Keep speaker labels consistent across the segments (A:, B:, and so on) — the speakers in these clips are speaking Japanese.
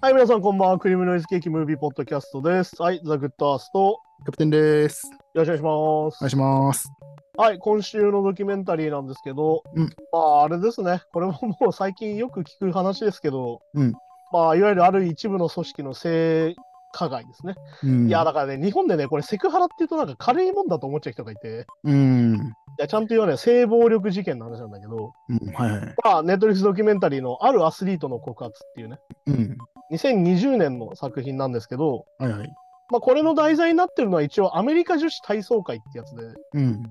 A: はい、皆さんこんばんは。クリームノイズケーキムービーポッドキャストです。はい、ザ・グッドアースト、よ
B: キャプテンです。
A: ろしくお願いし
B: お
A: ま
B: 願い
A: す。
B: します。
A: はい、今週のドキュメンタリーなんですけど、
B: うん
A: まあ、あれですね。これももう最近よく聞く話ですけど、
B: うん
A: まあ、いわゆるある一部の組織の性加害ですね。
B: うん
A: いや、だからね、日本でね、これセクハラっていうとなんか軽いもんだと思っちゃう人がいて、
B: うん。
A: いや、ちゃんと言わない性暴力事件の話なんだけど、
B: うんはいはい。
A: まあ、ネットフリックスドキュメンタリーのあるアスリートの告発っていうね、
B: うん。
A: 2020年の作品なんですけど、
B: はいはい。
A: まあ、これの題材になってるのは一応アメリカ女子体操会ってやつで、
B: うん。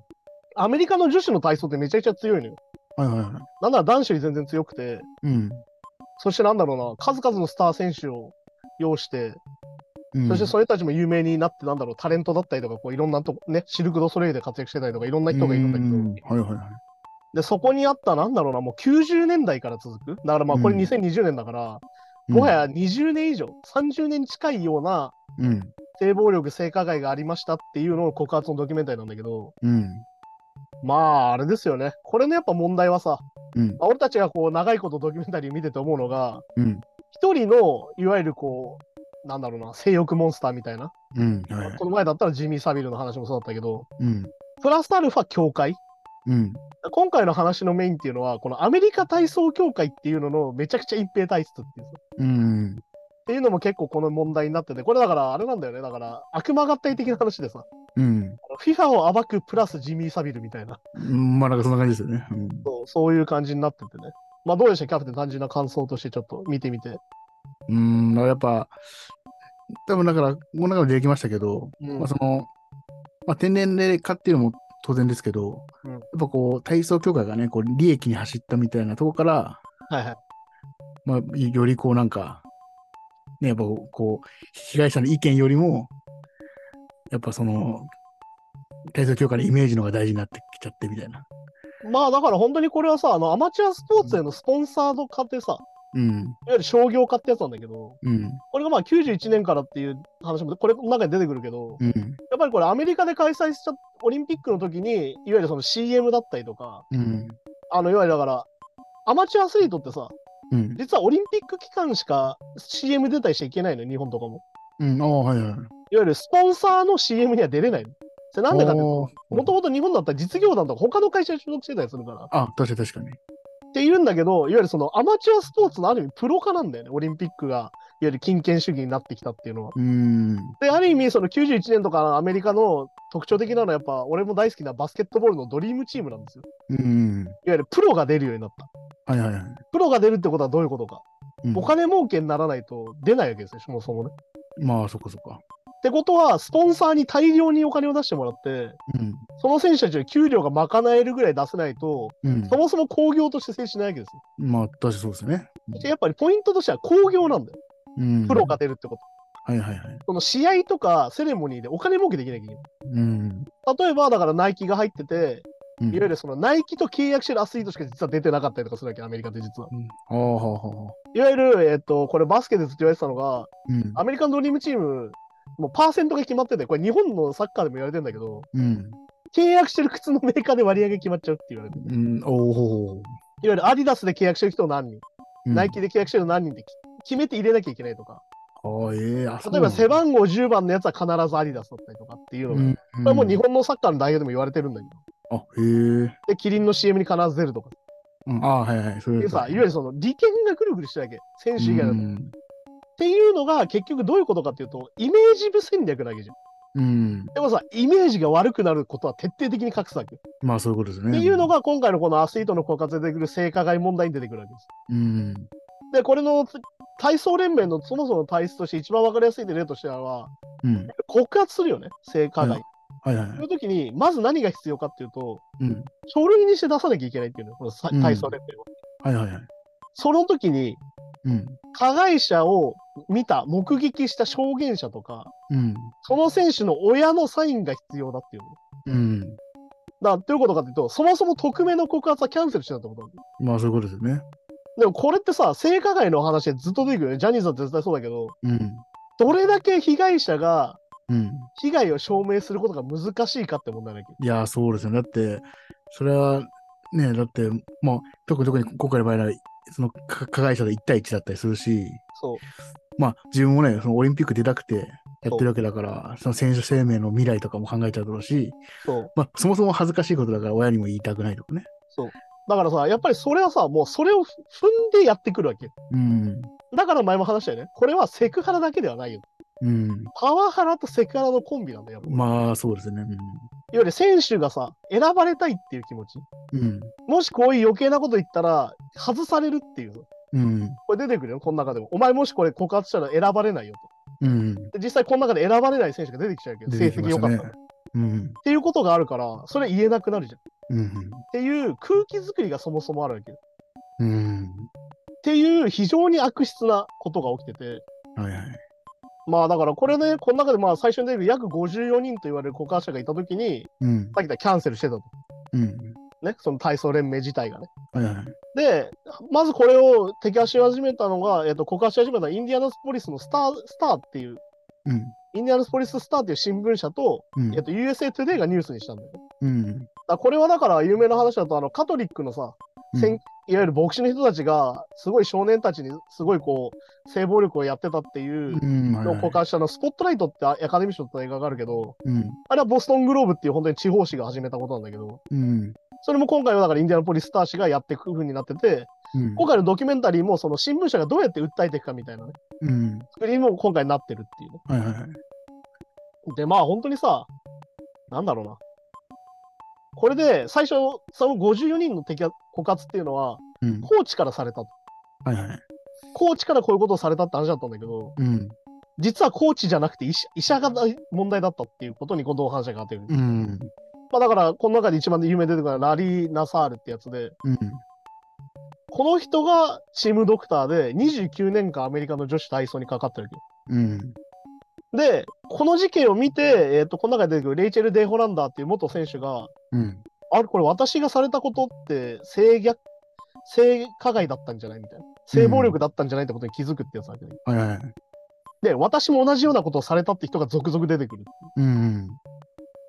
A: アメリカの女子の体操ってめちゃくちゃ強いのよ。
B: はいはいはい。
A: なんなら男子より全然強くて、
B: うん。
A: そしてなんだろうな、数々のスター選手を擁して、
B: うん
A: そしてそれたちも有名になって、なんだろう、タレントだったりとか、こういろんなとこ、ね、シルク・ド・ソレイユで活躍してたりとか、いろんな人がいるんだけ
B: うん
A: ど、
B: はいはいはい。
A: で、そこにあった、なんだろうな、もう90年代から続く、だからまあこれ
B: うん
A: 2020年だから、
B: うん
A: もは。や20年以上、30年近いような
B: うん。
A: 性暴力、性加害がありましたっていうのを告発のドキュメンタリーなんだけど、
B: うん。
A: まあ、あれですよね。これのやっぱ問題はさ、
B: うん。
A: まあ俺たちがこう長いことドキュメンタリー見てて思うのが、
B: うん。
A: 一人のいわゆるこう、なんだろうな、性欲モンスターみたいな、
B: うん。はいはい
A: こ。の前だったらジミー・サビルの話もそうだったけど、
B: うん。
A: プラスアルファ協会。
B: うん。
A: 今回の話のメインっていうのは、このアメリカ体操協会っていうののめちゃくちゃ隠蔽体質っていう。っ
B: うん。
A: ていうのも結構この問題になってて、これだからあれなんだよね。だから悪魔合体的な話でさ、
B: うん。
A: FIFA を暴くプラスジミー・サビルみたいな、
B: うんまあなんかそんな感じですよね。うん
A: そうそういう感じになっててね。まあどうでしたキャプテン単純な感想としてちょっと見てみて。
B: うん。だからやっぱ、多分だから、この中でできましたけど、
A: うん
B: まあその、まあ天然で買っていうのも当然ですけど、
A: うん
B: やっぱこう、体操協会がね、こう、利益に走ったみたいなとこから、
A: はいはい。
B: まあ、いよりこうなんか、ね、やっぱこう、被害者の意見よりも、やっぱその、体操協会のイメージの方が大事になってきちゃってみたいな。
A: まあだから本当にこれはさ、あのアマチュアスポーツへのスポンサード化ってさ、いわ
B: うん、
A: ゆる商業化ってやつなんだけど、
B: うん、
A: これがまあ91年からっていう話も、これの中に出てくるけど、
B: うん、
A: やっぱりこれアメリカで開催しちゃオリンピックの時に、いわゆるその CM だったりとか、
B: うん、
A: あの、いわゆるだから、アマチュアアスリートってさ、
B: うん、
A: 実はオリンピック期間しか CM 出たりしちゃいけないのよ、日本とかも。
B: うん、ああ、はいはい。
A: いわゆるスポンサーの CM には出れないの。それなんでかっていうと、
B: も
A: もともと日本だったら実業団とか他の会社に所属してたりするから。
B: あ、確かに確かに。
A: っていうんだけど、いわゆるそのアマチュアスポーツのある意味プロ化なんだよね、オリンピックが、いわゆる金権主義になってきたっていうのは。
B: うん、
A: で、ある意味、その91年とかのアメリカの特徴的なのは、やっぱ俺も大好きなバスケットボールのドリームチームなんですよ。い
B: うん、
A: わゆるプロが出るようになった。
B: はいはいはい。
A: プロが出るってことはどういうことか。
B: うん
A: お金儲けにならないと出ないわけですよ、そもそもね。
B: まあ、そっかそっか。
A: ってことは、スポンサーに大量にお金を出してもらって、
B: うん、
A: その選手たちの給料が賄えるぐらい出せないと、
B: うん
A: そ。もそも興行として成立しないわけですよ。
B: まあ、確かにそうですよね。
A: そしてやっぱりポイントとしては興行なんだよ。
B: うん。
A: プロが。出るってこと。
B: はいはいはい。
A: その試合とかセレモニーでお金儲けできなきゃいけない。
B: うん。
A: 例えば、だからナイキが入ってて、
B: うん
A: いわゆるそのナイキと契約してるアスリートしか実は出てなかったりとかするわけ、アメリカって実は。
B: うんああ、はあはあ。
A: いわゆる、えっ、と、これバスケでずっと言われてたのが、
B: うん。
A: アメリカのドリームチーム、もうパーセントが決まってて、これ日本のサッカーでも言われてんだけど、
B: うん。
A: 契約してる靴のメーカーで割り上げ決まっちゃうって言われてる。
B: うん。おお。
A: いわゆるアディダスで契約してる人を何人、
B: うん
A: ナイキで契約してるの何人ってき決めて入れなきゃいけないとか、
B: ああ、ええあ
A: 例えば背番号10番のやつは必ずアディダスだったりとかっていうのが、これはもう日本のサッカーの代表でも言われてるんだけど。
B: 本。あ、へえ。
A: で、キリンの CM に必ず出るとか。
B: うん、あはいはい。そうい
A: で
B: う
A: さ、いわゆるその利権がぐるぐるしてるだけ。選手以外だ
B: う
A: と。っ
B: ん。
A: ていうのが結局どういうことかっていうと、イメージ部戦略なわけじゃん。
B: うん。
A: でもさ、イメージが悪くなることは徹底的に隠すわけ。っ
B: まあそういうことですね。
A: ていうの、が今回のこのアスリートの告発で出てくる性加害問題に出てくるわけです。
B: うん。
A: で、これのつ体操連盟のそもそもの体質として一番わかりやすい例としては、
B: うん。
A: 告発するよね、性加害。
B: はいはい
A: そ。の時に、まず何が必要かっていうと、
B: うん。
A: 書類にして出さなきゃいけないっていうのよ、このさ
B: うん
A: 体操連盟は。
B: はいはいはい。
A: その時に、
B: うん。
A: 加害者を見た、目撃した証言者とか、
B: うん。
A: その選手の親のサインが必要だっていうの。
B: うん。
A: だからどういうことかっていうと、そもそも匿名の告発はキャンセルしなってことなんだよ
B: まあそういうことですね。
A: でもこれってさ、性加害の話でずっと出てくるよね。ジャニーズだって絶対そうだけど、
B: うん。
A: どれだけ被害者が
B: うん。
A: 被害を証明することが難しいかって問題だけ
B: いや、そうですよね。だって、それは、ね、だって、まあ、特に特に今回の場合は、その加害者で1対1だったりするし、
A: そう。
B: まあ自分もね、そのオリンピック出たくてやってるわけだから、その選手生命の未来とかも考えちゃうだろうし、
A: そう。
B: まあそもそも恥ずかしいことだから親にも言いたくないとかね。
A: そう。だからさ、やっぱりそれはさ、もうそれを踏んでやってくるわけよ。
B: うん。
A: だから前も話したよね。これはセクハラだけではないよ。
B: うん。
A: パワハラとセクハラのコンビなんだよ。いわ
B: まあそうですね。
A: ゆる選手がさ、選ばれたいっていう気持ち。
B: うん。
A: もしこういう余計なこと言ったら、外されるっていう。
B: うん。
A: これ出てくるよ、この中でも。お前もしこれ告発したら選ばれないよ
B: うん。
A: と。で実際この中で選ばれない選手が出てきちゃうけ
B: うん。
A: ど、成績良かったら、っ
B: うん。
A: ていうことがあるから、それ言えなくなるじゃん。
B: う
A: っ
B: ん。
A: ていう空気作りがそもそもあるわけよ。
B: うん。
A: っていう非常に悪質なことが起きてて、
B: はいはい。
A: まあだからこれね、この中でまあ最初に出てくる約54人と言われる告発者がいたときに、
B: うん。
A: さっき言ったキャンセルしてたと。
B: うん。
A: ね、その体操連盟自体がね。
B: はいはい。
A: で、まずこれを摘発し始めたのが、えっと、告発し始めたのはインディアナスポリスのスター、スターっていう、
B: うん。
A: インディアナスポリススターっていう新聞社と、
B: うん
A: えっと、USA Today がニュースにしたんだよね。だか
B: うん。
A: らこれはだから有名な話だと、あの、カトリックのさ、せんいわゆる牧師の人たちが、すごい少年たちに、すごいこう、性暴力をやってたっていう
B: うん。はい
A: のを
B: はい
A: 告発したの、スポットライトってアカデミー賞って映画があるけど、
B: うん。
A: あれはボストングローブっていう本当に地方紙が始めたことなんだけど、
B: うん。
A: それも今回はだからインディアナポリスター紙がやっていく風になってて、
B: うん。
A: 今回のドキュメンタリーもその新聞社がどうやって訴えていくかみたいなね、
B: うん。
A: 作りにも今回なってるっていうね。
B: はいはいはい。
A: で、まあ本当にさ、なんだろうな。これで最初、その54人の摘発告発っていうのは、
B: うん。
A: コーチからされたと。
B: はいはい。
A: コーチからこういうことをされたって話だったんだけど、
B: うん。
A: 実はコーチじゃなくて医者医者が問題だったっていうことにこの同伴者が当てる。
B: うん。
A: まあだから、この中で一番有名に出てくるのはラリー・ナサールってやつで、
B: うん。
A: この人がチームドクターで29年間アメリカの女子体操にかかってるわけ
B: う
A: よ
B: ん。
A: で、この事件を見て、えっとこの中で出てくるレイチェル・デイホランダーっていう元選手が、
B: うん。
A: あれ、これ私がされたことって性虐、性加害だったんじゃないみたいな。性暴力だったんじゃないってことに気づくってやつなんだけど、
B: はいはい。
A: で、私も同じようなことをされたって人が続々出てくる。
B: うん。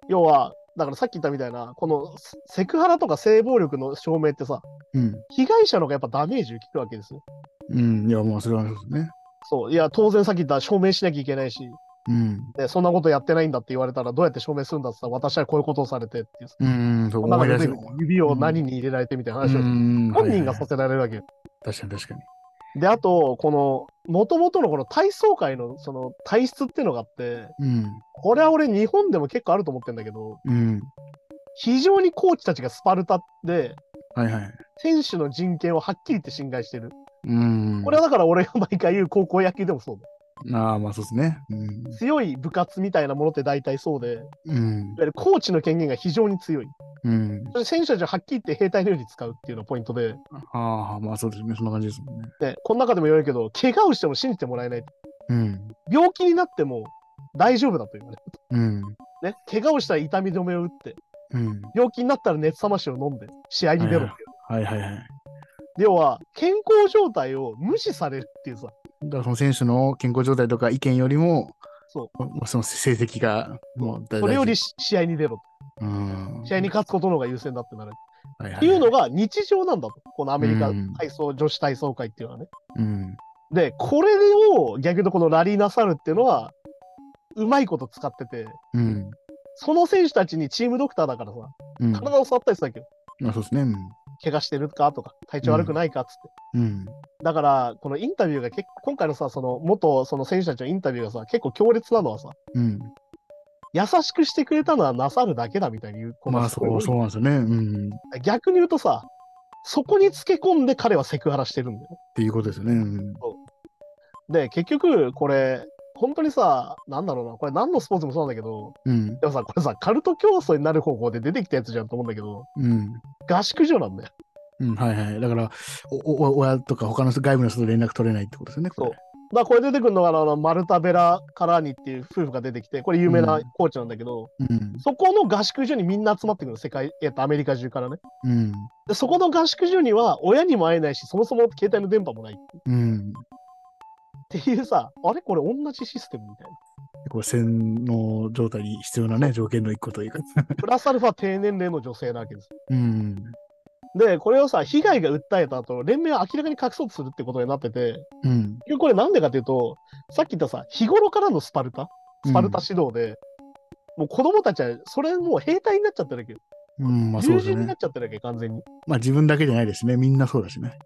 A: 要は、だからさっき言ったみたいな、このセセクハラとか性暴力の証明ってさ、
B: うん。
A: 被害者の方がやっぱダメージを受けるわけですよ。
B: うん。いや、まあ、それはそうですね。
A: そう。いや、当然さっき言った証明しなきゃいけないし、
B: うん。
A: ね、そんなことやってないんだって言われたら、どうやって証明するんだって言ったら、私はこういうことをされてっていう。
B: うん。そう
A: こんな
B: 思い
A: の
B: 出す
A: 出てく
B: よ
A: る。指を何に入れられてみたいな話を、
B: うん
A: 本人がさせられるわけよ。
B: 確かに確かに。
A: で、あと、この、もともとのこの体操界のその体質っていうのがあって、
B: うん。
A: これは俺日本でも結構あると思ってんだけど、
B: うん。
A: 非常にコーチたちがスパルタで、
B: はいはい。
A: 選手の人権をはっきり言って侵害してる。
B: うん。
A: これはだから俺が毎回言う高校野球でもそうだ。
B: ああ、まあそうですね。うん。
A: 強い部活みたいなものって大体そうで、いわ
B: うん。
A: ゆるコーチの権限が非常に強い。
B: うん。
A: それ選手たちははっきり言って兵隊のように使うっていうのがポイントで、
B: ああ、まあそうですね。そんな感じですもんね。
A: でこの中でも言われるけど、怪我をしても信じてもらえない。
B: うん。
A: 病気になっても大丈夫だと言われる。
B: うん。
A: ね、怪我をしたら痛み止めを打って、
B: うん。
A: 病気になったら熱冷ましを飲んで、試合に出ろっていう。
B: はいはいはい。
A: 要は、健康状態を無視されるっていうさ、
B: だからその選手の健康状態とか意見よりも、。
A: そう
B: もうその成績が、もう大
A: それより
B: 事、
A: し試合に出ろ、
B: うん。
A: 試合に勝つことの方が優先だってなる。
B: はいは
A: っていうの
B: が、
A: が日常なんだと、このアメリカ
B: うん
A: 体操、女子体操界っていうのはね。
B: うん。
A: で、これを逆にこのラリーナサルっていうのは、うまいこと使ってて、
B: うん。
A: その選手たちにチームドクターだからさ、
B: うん。
A: 体を触ったりするわけど、
B: まあそうですね。
A: 怪我してるかとか、体調悪くないかっつって。
B: うん。
A: だから、このインタビューが結構、今回のさ、その元その選手たちのインタビューがさ、結構強烈なのはさ、
B: うん。
A: 優しくしてくれたのはなさるだけだみたいに言うことが
B: まあ
A: す
B: そ、
A: ごいう
B: そうなんですよね。うん。っ
A: 逆に言うとさ、そこにつけ込んで彼はセクハラしてるんだよね。
B: ていうことですよね。うん。
A: で、結局、これ、本当にさ、なんだろうな、これ何のスポーツもそうなんだけど、
B: うん。
A: でもさ、これさ、カルト競争になる方向で出てきたやつじゃんと思うんだけど、
B: うん。
A: 合宿所なんだよ。
B: うん、はいはい。だから、おお親とか他の人外部の人と連絡取れないってことですよね、これ。
A: だからこれ出てくるのが、あの、マルタ・ベラ・カラーニっていう夫婦が出てきて、これ有名なコーチなんだけど、
B: うん。
A: そこの合宿所にみんな集まってくるの、世界、えっと、アメリカ中からね。
B: うん。
A: で、そこの合宿所には親にも会えないし、そもそも携帯の電波もない
B: うん。
A: っていうさ、あれこれ同じシステムみたい
B: こう洗脳状態に必要なね、条件の一個というか。
A: な。プラスアルファ低年齢の女性なわけです。
B: うん。
A: で、これをさ、被害が訴えた後、連盟は明らかに隠そうとするってことになってて、
B: うん。
A: 結局これなんでかっていうと、さっき言ったさ、日頃からのスパルタスパルタ指導で、もう子供たちは、それもう兵隊になっちゃってるわけよ。
B: うん、まあそう
A: 従
B: です
A: 順にな
B: ね
A: っ。ちゃってるわけ、完全に。
B: まあ自分だけじゃないですね。みんなそうだしね。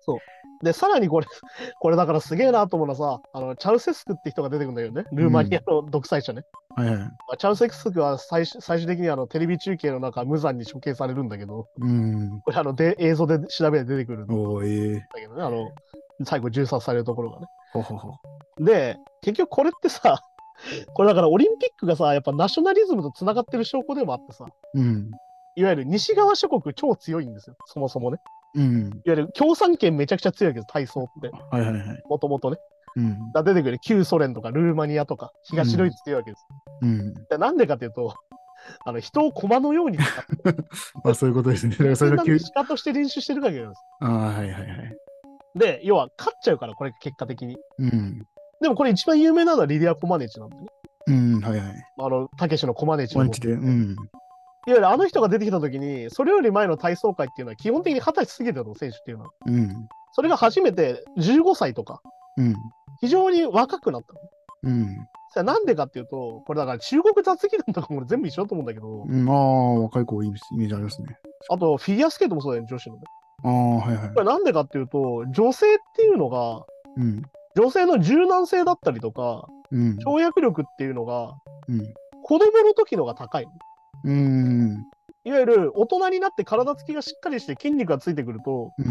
A: で、さらにこれ、 これだからすげえなと思うのはさ、あの、チャウセスクって人が出てくるんだよね。ルーマニアの独裁者ね。
B: はいはい。
A: まあチャウセスクは最終最終的にあのテレビ中継の中、無残に処刑されるんだけど、
B: うん。
A: これあので映像で調べて出てくるんだ
B: おーええ
A: けどね、あの、最後銃殺されるところがね。
B: ほほほ。
A: で、結局これってさ、 これだからオリンピックがさ、やっぱナショナリズムとつながってる証拠でもあってさ、
B: うん。
A: いわゆる西側諸国超強いんですよ、そもそもね。
B: うん。
A: いわゆる共産権めちゃくちゃ強いけど、体操って、
B: はいはいはい。
A: もともとね。
B: うん。
A: だから出てくる旧ソ連とかルーマニアとか東ドイツ強いわけです。
B: うん。
A: でなんでかっていうと、 あの人を駒のように使って、
B: まあそういうこと ですね。だから そ
A: そ
B: れ
A: ん
B: が
A: な
B: 急
A: の鹿として練習してるわけです。
B: ああ、はいはいはい。
A: で、要は勝っちゃうから、これ結果的に。
B: うん。
A: でもこれ一番有名なのはリディア・コマネチなんだよね。
B: うん、はいはい。
A: あの、たけしのコマネチの
B: ワ
A: 方。
B: ンチで。うん。
A: いわゆるあの人が出てきたときに、それより前の体操界っていうのは基本的に二十歳過ぎての選手っていうのは、
B: うん。
A: それが初めて15歳とか、
B: うん。
A: 非常に若くなったの。
B: うん。
A: それはなんでかっていうと、これだから中国雑技団とかも全部一緒だと思うんだけど、
B: うんああ、若い子、いいイメージありますね。
A: あとフィギュアスケートもそうだよね、女子のね。
B: ああ、はいはい
A: こ。れなんでかっていうと、女性っていうのが、
B: うん。
A: 女性の柔軟性だったりとか、
B: うん。
A: 跳躍力っていうのが、
B: うん。
A: 子供の時のが高い。
B: うん。
A: いわゆる大人になって体つきがしっかりして筋肉がついてくると、
B: う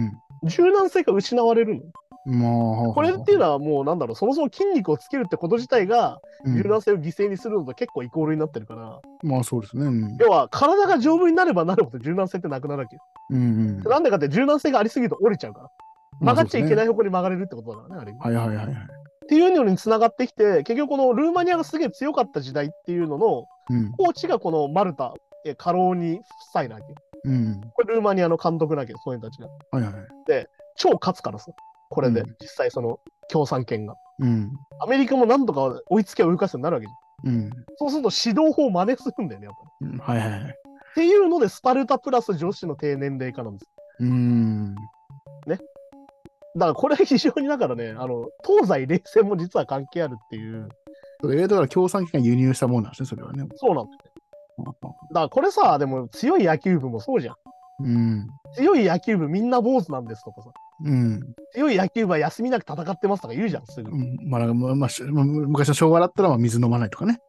B: ん。
A: 柔軟性が失われるの。
B: まあ、
A: これっていう
B: の
A: のはもうなんだろう、そもそも筋肉をつけるってこと自体が柔軟性を犠牲にするのと結構イコールになってるから、
B: まあそうですね。うん。
A: 要は体が丈夫になればなるほど柔軟性ってなくなるわけよ。
B: うんうん。
A: なんでかって柔軟性がありすぎると折れちゃうから。
B: まあ。
A: 曲がっちゃいけないい方向に曲がれるってことだからね、あれ。っ
B: はいはいはいはい。
A: ていうのにつながってきて、結局このルーマニアがすげえ強かった時代っていうのの、
B: うん。
A: コーチがこのマルタ、えカローニ夫妻なわけ。
B: うん。
A: これルーマニアの監督なわけよ、そういう人たちが。
B: はいはい。
A: 超勝つからさ、これで、
B: うん
A: 実際その共産権が。
B: うん。
A: アメリカもなんとか追いつけ追い返すようになるわけじゃん。
B: うん。
A: そうすると指導法を真似するんだよね、やっぱり。
B: うんはいはいはい。
A: っていうので、スパルタプラス女子の低年齢化なんです。
B: うん。
A: だからこれ非常にだからね、あの、東西冷戦も実は関係あるっていう。
B: それだから共産機関輸入したもんなんですね、それはね。
A: そうなんだよ。だからこれさ、でも強い野球部もそうじゃん。
B: うん。
A: 強い野球部みんな坊主なんですとかさ。
B: うん。
A: 強い野球部は休みなく戦ってますとか言うじゃん、すぐ。
B: うんまあ、なんかまあ、まあしむ昔の昭和だったらまあ水飲まないとかね。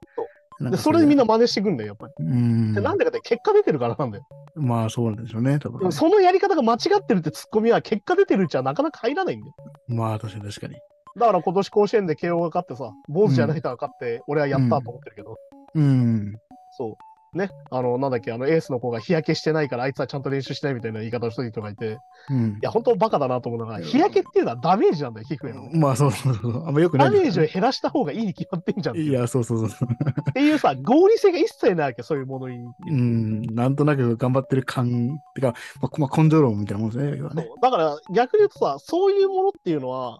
B: なん
A: で、
B: か
A: それでみんな真似してくんだよ、やっぱり。
B: うん
A: で、なんでかって結果出てるからなんだよ。
B: まあそうなんですよね、多
A: で
B: 分
A: も。そのやり方が間違ってるってツッコミは結果出てるうちはなかなか入らないんだよ。
B: まあ確かに確かに。
A: だから今年甲子園で慶応が勝ってさ、坊主じゃない人が勝って、俺はやったと思ってるけど、
B: うん。
A: そう。ね、あの、なんだっけ、あの、エースの子が日焼けしてないから、あいつはちゃんと練習してないみたいな言い方をしてる人がいて、
B: うん
A: い、や、本当バカだなと思うのが、
B: うん
A: 日焼けっていうのはダメージなんだよ、皮膚への。
B: まあそうそうそう。あんまよくな
A: ダ
B: い。
A: メージを減らした方がいいに決まってんじゃんってい
B: いや、そうそうそう。
A: うさ、合理性が一切ないわけ、そういうものに。
B: うん。なんとなく頑張ってる感、てか、まあ、こまあ、根性論みたいなもんですね、要は
A: そう
B: ね。
A: だから、逆に言うとさ、そういうものっていうのは、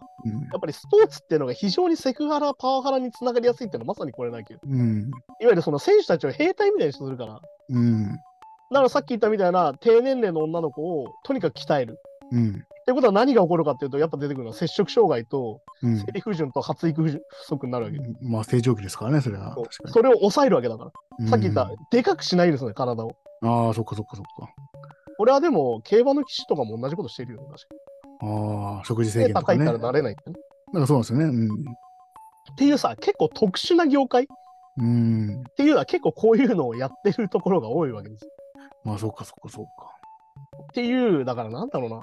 A: やっぱりスポーツっていうのが非常にセクハラ、パワハラにつながりやすいっていうのはまさにこれなわけよ。
B: うん。うん。
A: いわゆるその選手たちを兵隊みたいにするから。だ
B: うん。
A: からさっき言ったみたいな低年齢の女の子をとにかく鍛える。
B: うん。
A: ってことは何が起こるかっていうと、やっぱ出てくるのは接触障害と、
B: うん
A: 生理不順と発育不足になるわけ。
B: まあ成長期ですからね、それは。
A: そう
B: 確か
A: それを抑えるわけだから。
B: に。
A: さっき言った
B: うん、
A: でかくしないですよね、体を。
B: ああ、そっかそっかそっか。
A: 俺はでも、競馬の騎士とかも同じことしてるよね、確か
B: ああ、食事制限
A: に。背
B: と
A: 高
B: か
A: い
B: ね。
A: か
B: な
A: ら
B: ん
A: なれないってね、
B: かそうなんですよね。
A: っていうさ、結構特殊な業界っ
B: うん。うん。
A: ていうのは結構こういうのをやってるところが多いわけです。
B: まあそっかそっかそっか。
A: っていう、だからなんだろうな。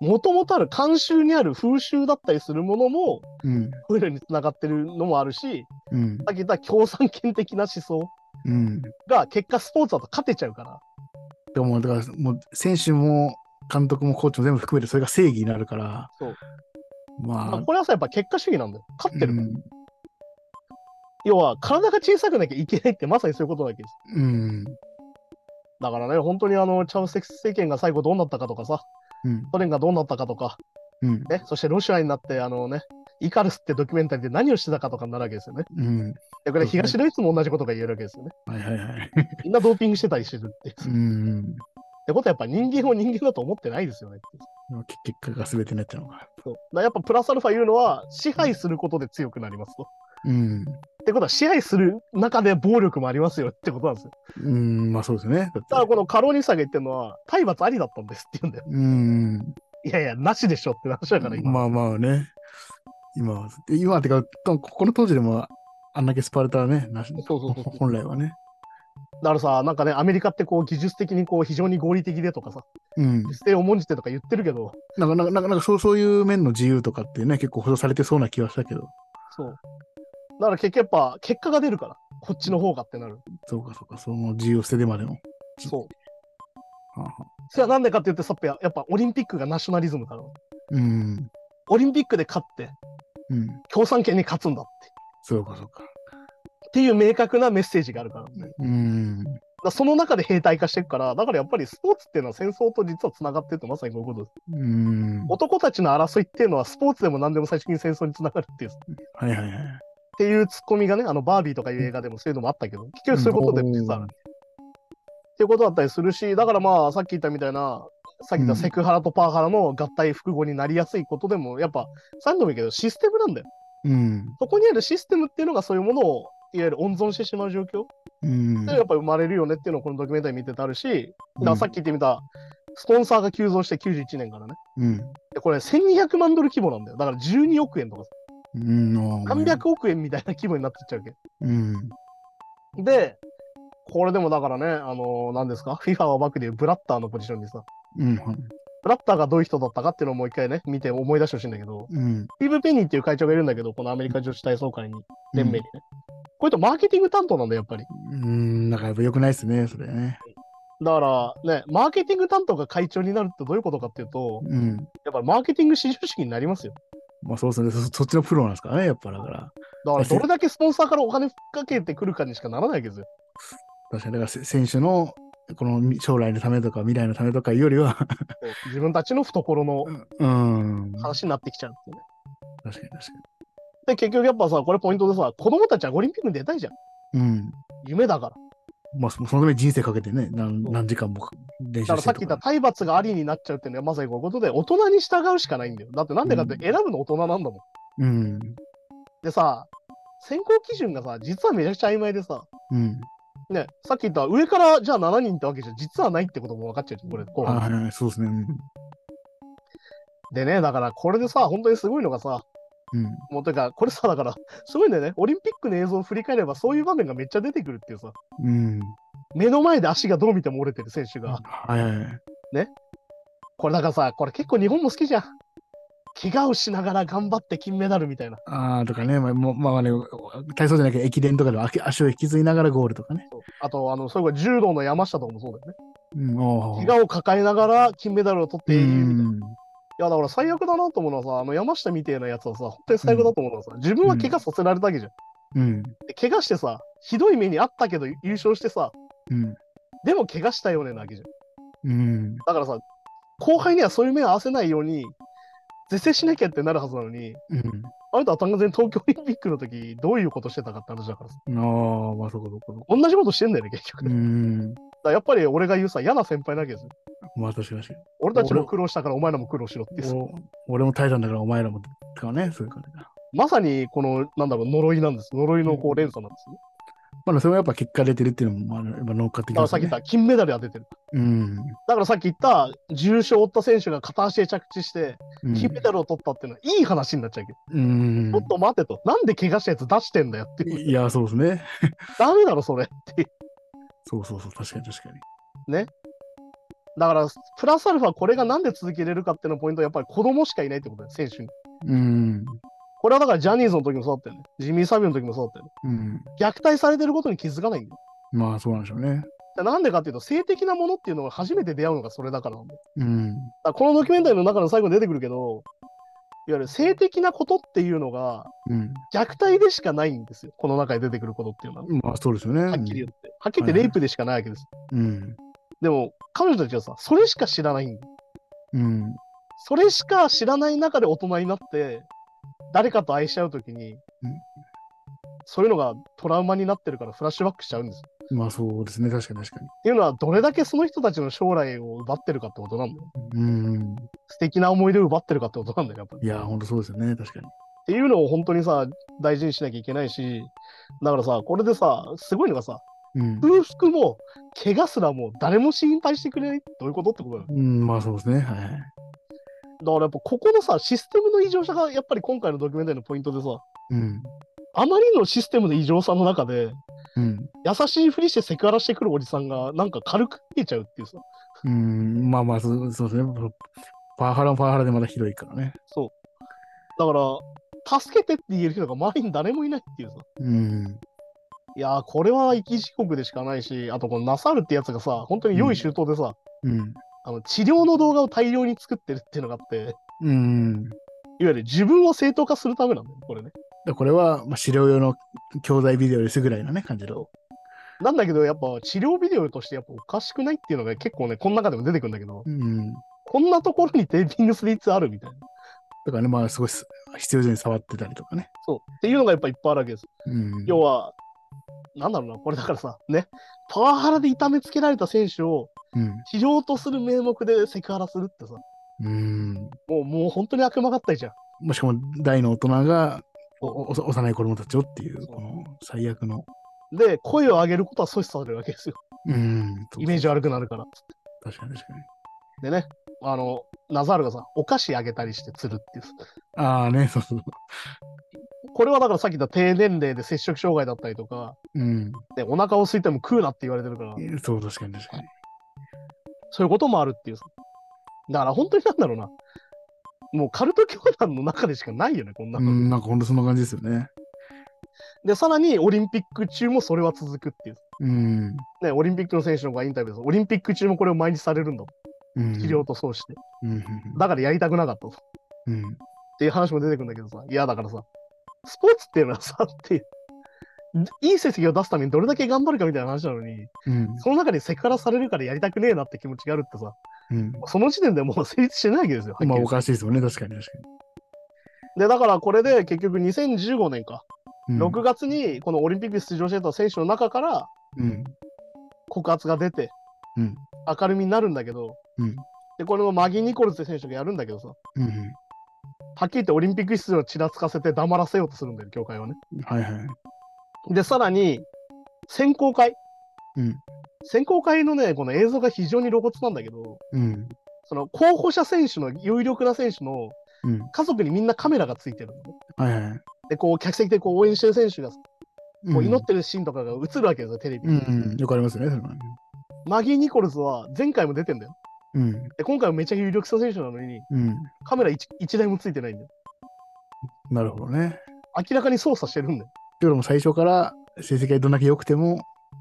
A: もともとある慣習にある風習だったりするものも、
B: うん。
A: こういうのにつながってるのもあるし、
B: うん。
A: さっき言った共産権的な思想
B: うん。
A: が結果スポーツだと勝てちゃうから。
B: でも、だから、もう、選手も、監督もコーチも全部含めて、それが正義になるから、
A: そうだか
B: まあ
A: ら、これはさ、やっぱ結果主義なんだよ。勝ってるから。
B: うん
A: 要は、体が小さくなきゃいけないって、まさにそういうことなわけです。
B: うん。
A: だからね、本当にあの、チャウセク政権が最後どうなったかとかさ、
B: うん。
A: ソ連がどうなったかとか、
B: うん。
A: ね、そしてロシアになって、あのね、イカルスってドキュメンタリーで何をしてたかとかになるわけですよね。
B: うん。
A: で、
B: そ
A: これ
B: うですね
A: 東ドイツも同じことが言えるわけですよね。
B: はいはいはい。
A: みんなドーピングしてたりしてるっていう。
B: うん。
A: ってことはやっぱ人間を人間だと思ってないですよねって
B: 結結果が全てになっちゃうのか。
A: そうだからやっぱプラスアルファ言うのは支配することで強くなりますと。
B: うん。
A: ってことは支配する中で暴力もありますよってことなんですよ。
B: うん、まあそうですよね。だって
A: だからこのカロニサが言ってるのは体罰ありだったんですって言うんだよ。
B: うん。
A: いやいや、なしでしょって話だから今。
B: まあまあね。今は、で今はてか、ここの当時でもあんだけスパルタはね、なし
A: そうそうそうそう
B: 本来はね。
A: だからさ、なんかね、アメリカってこう技術的にこう非常に合理的でとかさ、
B: うん。
A: 規制を重んじてとか言ってるけど、
B: なんか、なんか、なんかなんかそうそういう面の自由とかってね、結構保障されてそうな気はしたけど。
A: そう。だから結局やっぱ結果が出るから、こっちの方がってなる。
B: そうかそうか、その自由を捨ててまでも。
A: そう。
B: はあはあ
A: それはなんでかって言ってさっぱやっぱオリンピックがナショナリズムから。
B: うん。
A: オリンピックで勝って
B: うん。
A: 共産権に勝つんだって。
B: そうかそうか。
A: っていう明確なメッセージがあるからね、だか
B: うん。
A: らその中で兵隊化していくから、だからやっぱりスポーツっていうのは戦争と実はつながってるとまさにこういうことです。
B: うん。は
A: 男たちの争いっていうのはスポーツでも何でも最終的に戦争につながるっていう。っ
B: いはいはい。
A: ていうツッコミがね、あのバービーとかいう映画でもそういうのもあったけど、結局そういうことでも実はある。っていうことだったりするし、だからまあさっき言ったみたいな、さっき言ったセクハラとパワハラの合体複合になりやすいことでも、やっぱ3度も言うけどシステムなんだよ。
B: うん。
A: そこにあるシステムっていうのがそういうものをいわゆる温存してしまう状況
B: うん。
A: やっぱ生まれるよねっていうのをこのドキュメンタリー見ててあるし、だからさっき言ってみた、スポンサーが急増して91年からね。
B: うん。
A: でこれ1200万ドル規模なんだよ。だから12億円とかさ
B: うん。うん。
A: 300億円みたいな規模になってっちゃうわ
B: うん。
A: け。で、これでもだからね、あのー何ですか、FIFA はバックでいうブラッターのポジションにさ、
B: うん。
A: ブラッターがどういう人だったかっていうのをもう一回ね、見て思い出してほしいんだけど、
B: うん。
A: スティーブ・ペニーっていう会長がいるんだけど、このアメリカ女子体操会に、連盟にね。こういう人マーケティング担当なんだよ、やっぱり。
B: うん。なんかやっぱ良くないですね、それね。
A: だからね、マーケティング担当が会長になるってどういうことかっていうと、
B: うん。
A: やっぱりマーケティング至上主義になりますよ。
B: まあそうですねそ。 そっちのプロなんですからね、やっぱだから。
A: だからどれだけスポンサーからお金かけてくるかにしかならないわけですよ。
B: 確かに、だからせ選手のこのみ将来のためとか未来のためとかよりは、
A: 自分たちの懐の
B: うん。確か
A: 話になってきちゃうんですよね。
B: に確か
A: で、結局やっぱさ、これポイントでさ、子供たちはオリンピックに出たいじゃん。
B: に。うん。
A: 夢だから。
B: まあそそのために人生かけてね、何
A: そう
B: 何時間も練習してと
A: だか
B: から
A: さっき言った体罰がありになっちゃうっていうのはまさにこういうことで、大人に従うしかないんだよ。だってなんでかって
B: うん
A: 選ぶの大人なんだもん。
B: うん。
A: でさ、選考基準がさ、実はめちゃくちゃ曖昧でさ、
B: うん。
A: ね、さっき言った上からじゃあ7人ってわけじゃ実はないってことも分かっちゃうじゃん、これ。後
B: あ
A: 半
B: はいはい、そうですね。
A: でね、だからこれでさ、本当にすごいのがさ、
B: うん。
A: もうというか、これさ、だから、すごいんだよね。オリンピックの映像を振り返れば、そういう場面がめっちゃ出てくるっていうさ、
B: うん。うん。
A: 目の前で足がどう見ても折れてる選手が、
B: はいはい。
A: これだからさ、これ結構日本も好きじゃん。怪我をしながら頑張って金メダルみたいな。
B: ああ、とかね、まあ、もうまあね、体操じゃなきゃ駅伝とかでも足足を引きずりながらゴールとかね。
A: あと、あの、そういえば柔道の山下とかもそうだよね。
B: うん。おー
A: 怪我を抱えながら金メダルを取っているみたいな。
B: うん
A: いやだから最悪だなと思うのはさ、あの山下みてえなやつはさ、本当に最悪だと思うのはさ、自分は怪我させられたわけじゃん。
B: うん。
A: で怪我してさ、ひどい目にあったけど優勝してさ、
B: うん。
A: でも怪我したよねなわけじゃん。
B: うん。
A: だからさ、後輩にはそういう目を合わせないように、是正しなきゃってなるはずなのに、
B: うん。
A: あなたは完全に東京オリンピックの時どういうことしてたかって話だからさ、
B: ああ、まあそうかそうかそうか。
A: 同じことしてんだよね、結局。
B: う
A: だか
B: ん。
A: らやっぱり俺が言うさ、嫌な先輩なわけですよ。
B: まあ確かに確かに。
A: 俺たちも苦労したからお前らも苦労しろっていう。
B: お俺も耐えたんだからお前らもとかね、そういう感じだ。
A: まさにこの、なんだろう、呪いなんです。呪いのこう連鎖なんですね。
B: まあそれはやっぱ結果出てるっていうのも、まあ、やっぱ農家
A: だ
B: 的
A: からさっき言った金メダルが出てる。
B: うん。
A: だからさっき言った重傷を負った選手が片足で着地して
B: うん
A: 金メダルを取ったっていうのはいい話になっちゃうけど、
B: うん
A: ちょっと待てと、なんで怪我したやつ出してんだよっていう、
B: いや、そうですね。
A: ダメだろ、それ。
B: そうそうそう、確かに確かに。
A: だから、プラスアルファ、これがなんで続けれるかっていうのポイントは、やっぱり子供しかいないってことだよ、選手に。
B: うん。
A: これはだから、ジャニーズの時もそうだったよね。ジミー・サビオの時もそうだったよね。
B: うん。
A: 虐待されてることに気づかないんだよ。
B: まあそうなんでしょうね。
A: だからなんでかっていうと、性的なものっていうのが初めて出会うのがそれだからなんだよ。
B: うん。
A: だからこのドキュメンタリーの中の最後に出てくるけど、いわゆる性的なことっていうのが、
B: うん。
A: 虐待でしかないんですよ。この中で出てくることっていうのは。
B: まあそうですよね。
A: はっきり言って。はっきり言ってレイプでしかないわけです。
B: うん。
A: でも、彼女たちはさ、それしか知らないんだよ
B: うん。
A: それしか知らない中で大人になって、誰かと愛し合うときに、そういうのがトラウマになってるからフラッシュバックしちゃうんですよ。
B: まあそうですね、確かに確かに。
A: ていうのは、どれだけその人たちの将来を奪ってるかってことなんだよ。
B: うん。
A: 素敵な思い出を奪ってるかってことなんだよ、やっぱり。
B: いや、ほんとそうですよね、確かに。
A: っていうのを本当にさ、大事にしなきゃいけないし、だからさ、これでさ、すごいのがさ、
B: うん。
A: 空腹も、怪我すらも、誰も心配してくれないってどういうことってことだよ。
B: うん、まあそうですね、はい。
A: だからやっぱ、ここのさ、システムの異常さが、やっぱり今回のドキュメンタリーのポイントでさ、
B: うん。
A: あまりのシステムの異常さの中で、
B: うん。
A: 優しいふりしてセクハラしてくるおじさんが、なんか軽く見えちゃうっていうさ、
B: うん、まあまあそう、そうですね。パワハラもパワハラでまだ広いからね。
A: そう。だから、助けてって言える人が周りに誰もいないっていうさ。
B: うん。
A: いやー、これは生き地獄でしかないし、あとこのナサルってやつがさ、本当に良い周到でさ、
B: うん。
A: あの治療の動画を大量に作ってるっていうのがあって、いわ
B: うん。
A: ゆる自分を正当化するためなんだよ、これね。
B: でこれは、まあ、資料用の教材ビデオですぐらいのね、感じの。
A: なんだけど、やっぱ治療ビデオとしてやっぱおかしくないっていうのが結構ね、この中でも出てくるんだけど、
B: うん。
A: こんなところにテーピングスリーツあるみたいな。
B: だからね、まあ、すごいす必要以上に触ってたりとかね。
A: そう。っていうのがやっぱいっぱいあるわけです。
B: うん。
A: 要は、なんだろうな、これだからさ、ね、パワハラで痛めつけられた選手を
B: うん。
A: 治療とする名目でセクハラするってさ、
B: うん。
A: もうもう本当に悪魔がったいじゃん。
B: もしかも、大の大人が、
A: そ
B: おお幼い子供たちをっていう、
A: そう
B: この最悪の。
A: うで、声を上げることは阻止されるわけですよ。
B: うん。
A: イメージ悪くなるから。
B: 確かに確かに。
A: でね、あの、ナザールがさ、お菓子あげたりして釣るっていう。
B: ああね、そうそう。
A: これはだからさっき言った低年齢で摂食障害だったりとか、
B: うん。
A: でお腹を空いても食うなって言われてるから、
B: そう、確かに確かに。
A: そういうこともあるっていう。だから本当になんだろうな。もうカルト教団の中でしかないよね、こんな
B: う
A: の。
B: ん、なんかほんとそんな感じですよね。
A: で、さらにオリンピック中もそれは続くっていう。
B: うん。
A: ね、オリンピックの選手の方がインタビューです。オリンピック中もこれを毎日されるんだ。
B: うん
A: 治療とそうして。
B: うん。
A: だからやりたくなかったと。
B: うん。
A: っていう話も出てくるんだけどさ、いやだからさ、スポーツっていうのはさ、 っていう、いい成績を出すためにどれだけ頑張るかみたいな話なのに、
B: うん。
A: その中にセクハラされるからやりたくねえなって気持ちがあるってさ、
B: うん。
A: その時点でもう 成立してないわけですよ。はっきり
B: まあ、
A: 言
B: お
A: って
B: かしいですもんね、確かに確か
A: で、だからこれで結局2015年か、
B: に。うん
A: 6月にこのオリンピックに出場してた選手の中から
B: うん。
A: 告発が出て、
B: うん
A: 明るみになるんだけど、
B: うん。
A: で、これもマギー・ニコルズって選手がやるんだけどさ、は
B: うん。
A: っきり言ってオリンピック出場をちらつかせて黙らせようとするんだよ、協会はね。
B: はいはい。
A: で、さらに、選考会。
B: うん
A: 選考会のね、この映像が非常に露骨なんだけど、
B: うん。
A: その候補者選手の有力な選手の
B: うん。
A: 家族にみんなカメラがついてるのね。
B: はいはい。。
A: で、こう、客席でこう応援してる選手が、こう祈っててるシーンとかが映るわけですよ、テレビ
B: う
A: に。
B: んうん。よくありますよね、それは。
A: マギー・ニコルズは前回も出てんだよ。
B: うん。
A: で、今回もめちゃ有力な選手なのに、
B: うん。
A: カメラ 1, 一台もついてないんだよ。
B: なるほどね。
A: 明らかに操作してるんだよ。
B: だからもう最初から成績がどんだけ良くても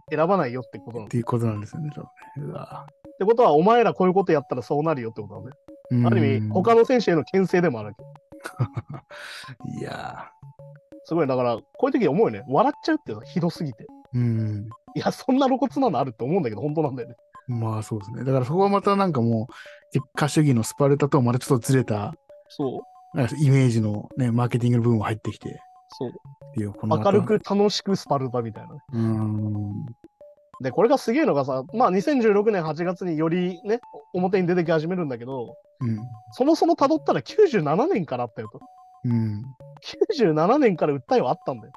A: 選ばないよってことなの。
B: っ
A: って
B: いうことなんですよね、多分ね。うわ
A: てことは、お前らこういうことやったらそうなるよってことなんだよ。
B: うん
A: ある意味、他の選手への牽制でもあるわけ。
B: いや
A: すごい、だから、こういう時思うよね。笑っちゃうっていうのはひどすぎて。
B: ーうん。
A: いや、そんな露骨なのあるって思うんだけど、本当なんだよね。
B: まあそうですね。だからそこはまたなんかもう、結果主義のスパルタとはまたちょっとずれた、
A: そう、
B: なんかイメージのね、マーケティングの部分も入ってきて、
A: そう。
B: っていう、この
A: 明る。く楽しくスパルタみたいなね。
B: うん。
A: で、これがすげえのがさ、まあ、2016年8月によりね、表に出てき始めるんだけど、
B: うん。
A: そもそも辿ったら97年からあったよと。
B: うん。
A: 97年から訴えはあったんだよ。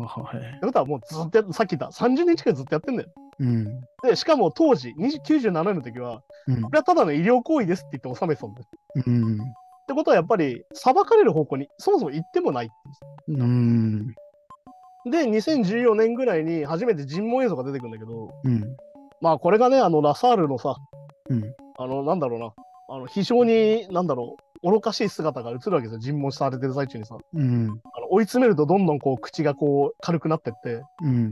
B: あはい
A: って。ことはもうずっとやっさっき言った、30年近くずっとやってんだよ。
B: うん。
A: で、しかも当時、20 97年の時は、
B: うん
A: これはただの医療行為ですって言って収めてたんだよ。
B: うん。
A: ってことはやっぱり、裁かれる方向にそもそも行ってもないっていう
B: うん。
A: で、2014年ぐらいに初めて尋問映像が出てくるんだけど、
B: うん。
A: まあこれがね、あのラサールのさ、
B: うん
A: あの、なんだろうな、あの非常に、なんだろう、愚かしい姿が映るわけですよ、尋問されてる最中にさ。
B: うん。
A: あの追い詰めるとどんどんこう口がこう軽くなってって、
B: うん。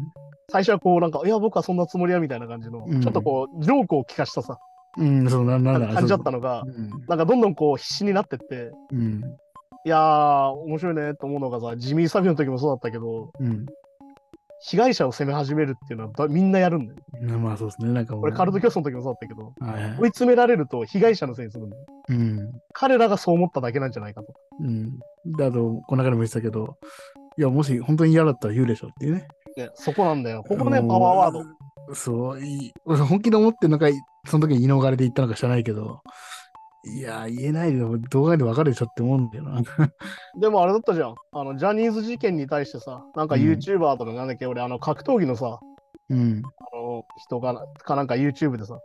A: 最初はこうなんか、いや、僕はそんなつもりやみたいな感じの、
B: うん
A: ちょっとこう、ジョークを聞かしたさ、
B: うん。そう、な、なんだ
A: 感じだったのが、
B: うん。
A: なんかどんどんこう必死になってって、
B: うん。
A: いやー、面白いねと思うのがさ、ジミー・サビの時もそうだったけど、
B: うん。
A: 被害者を責め始めるっていうのはだみんなやるんだよ。
B: うんまあそうですね。なんかもう。
A: 俺、カルト教祖の時もそうだったけど、
B: はいはい
A: 追い詰められると被害者のせいにするんだよ
B: うん。
A: 彼らがそう思っただけなんじゃないかと。
B: うん。で、あと、この中でも言ってたけど、いや、もし本当に嫌だったら言うでしょっていうね。
A: ね、そこなんだよ。ここね、
B: うん
A: パワーワード。
B: そう、いい俺本気で思ってんのか、その時に言い逃れで言ったのか知らないけど、いやー、言えないよ。動画でわかるでしょって思うんだよな。
A: でもあれだったじゃん。あの、ジャニーズ事件に対してさ、なんか
B: うん
A: YouTuber とかなんだっけ、俺、あの、格闘技のさ、
B: うん。
A: あの、人がな、かなんか YouTube でさ、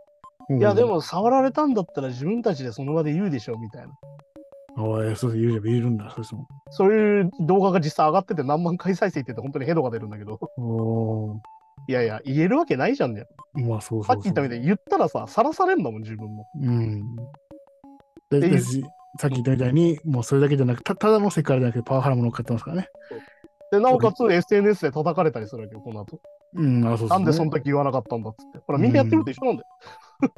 A: いや、で。も触られたんだったら自分たちでその場で言うでしょ、みたいな。
B: おい、そうそう、言うじゃん、言えるんだ、そうそう。
A: そういう動画が実際上がってて何万回再生って言って本当にヘドが出るんだけど、
B: お
A: いやいや、言えるわけないじゃんね。
B: ーまあ、そうそうそう。
A: さっき言ったみたいに言ったらさ、さらされんだもん、自分も。
B: うん。で
A: っていう
B: だしさっき言ったみたいに、もうそれだけじゃなく、たただのセクハラじゃなくてパワハラも乗っかってますからね。
A: で、なおかつ SNS で叩かれたりするわけよ、この後。
B: うん、あ、そうそう、
A: なんでその時言わなかったんだっつって。ほら、みんなやってると一緒なんだよ。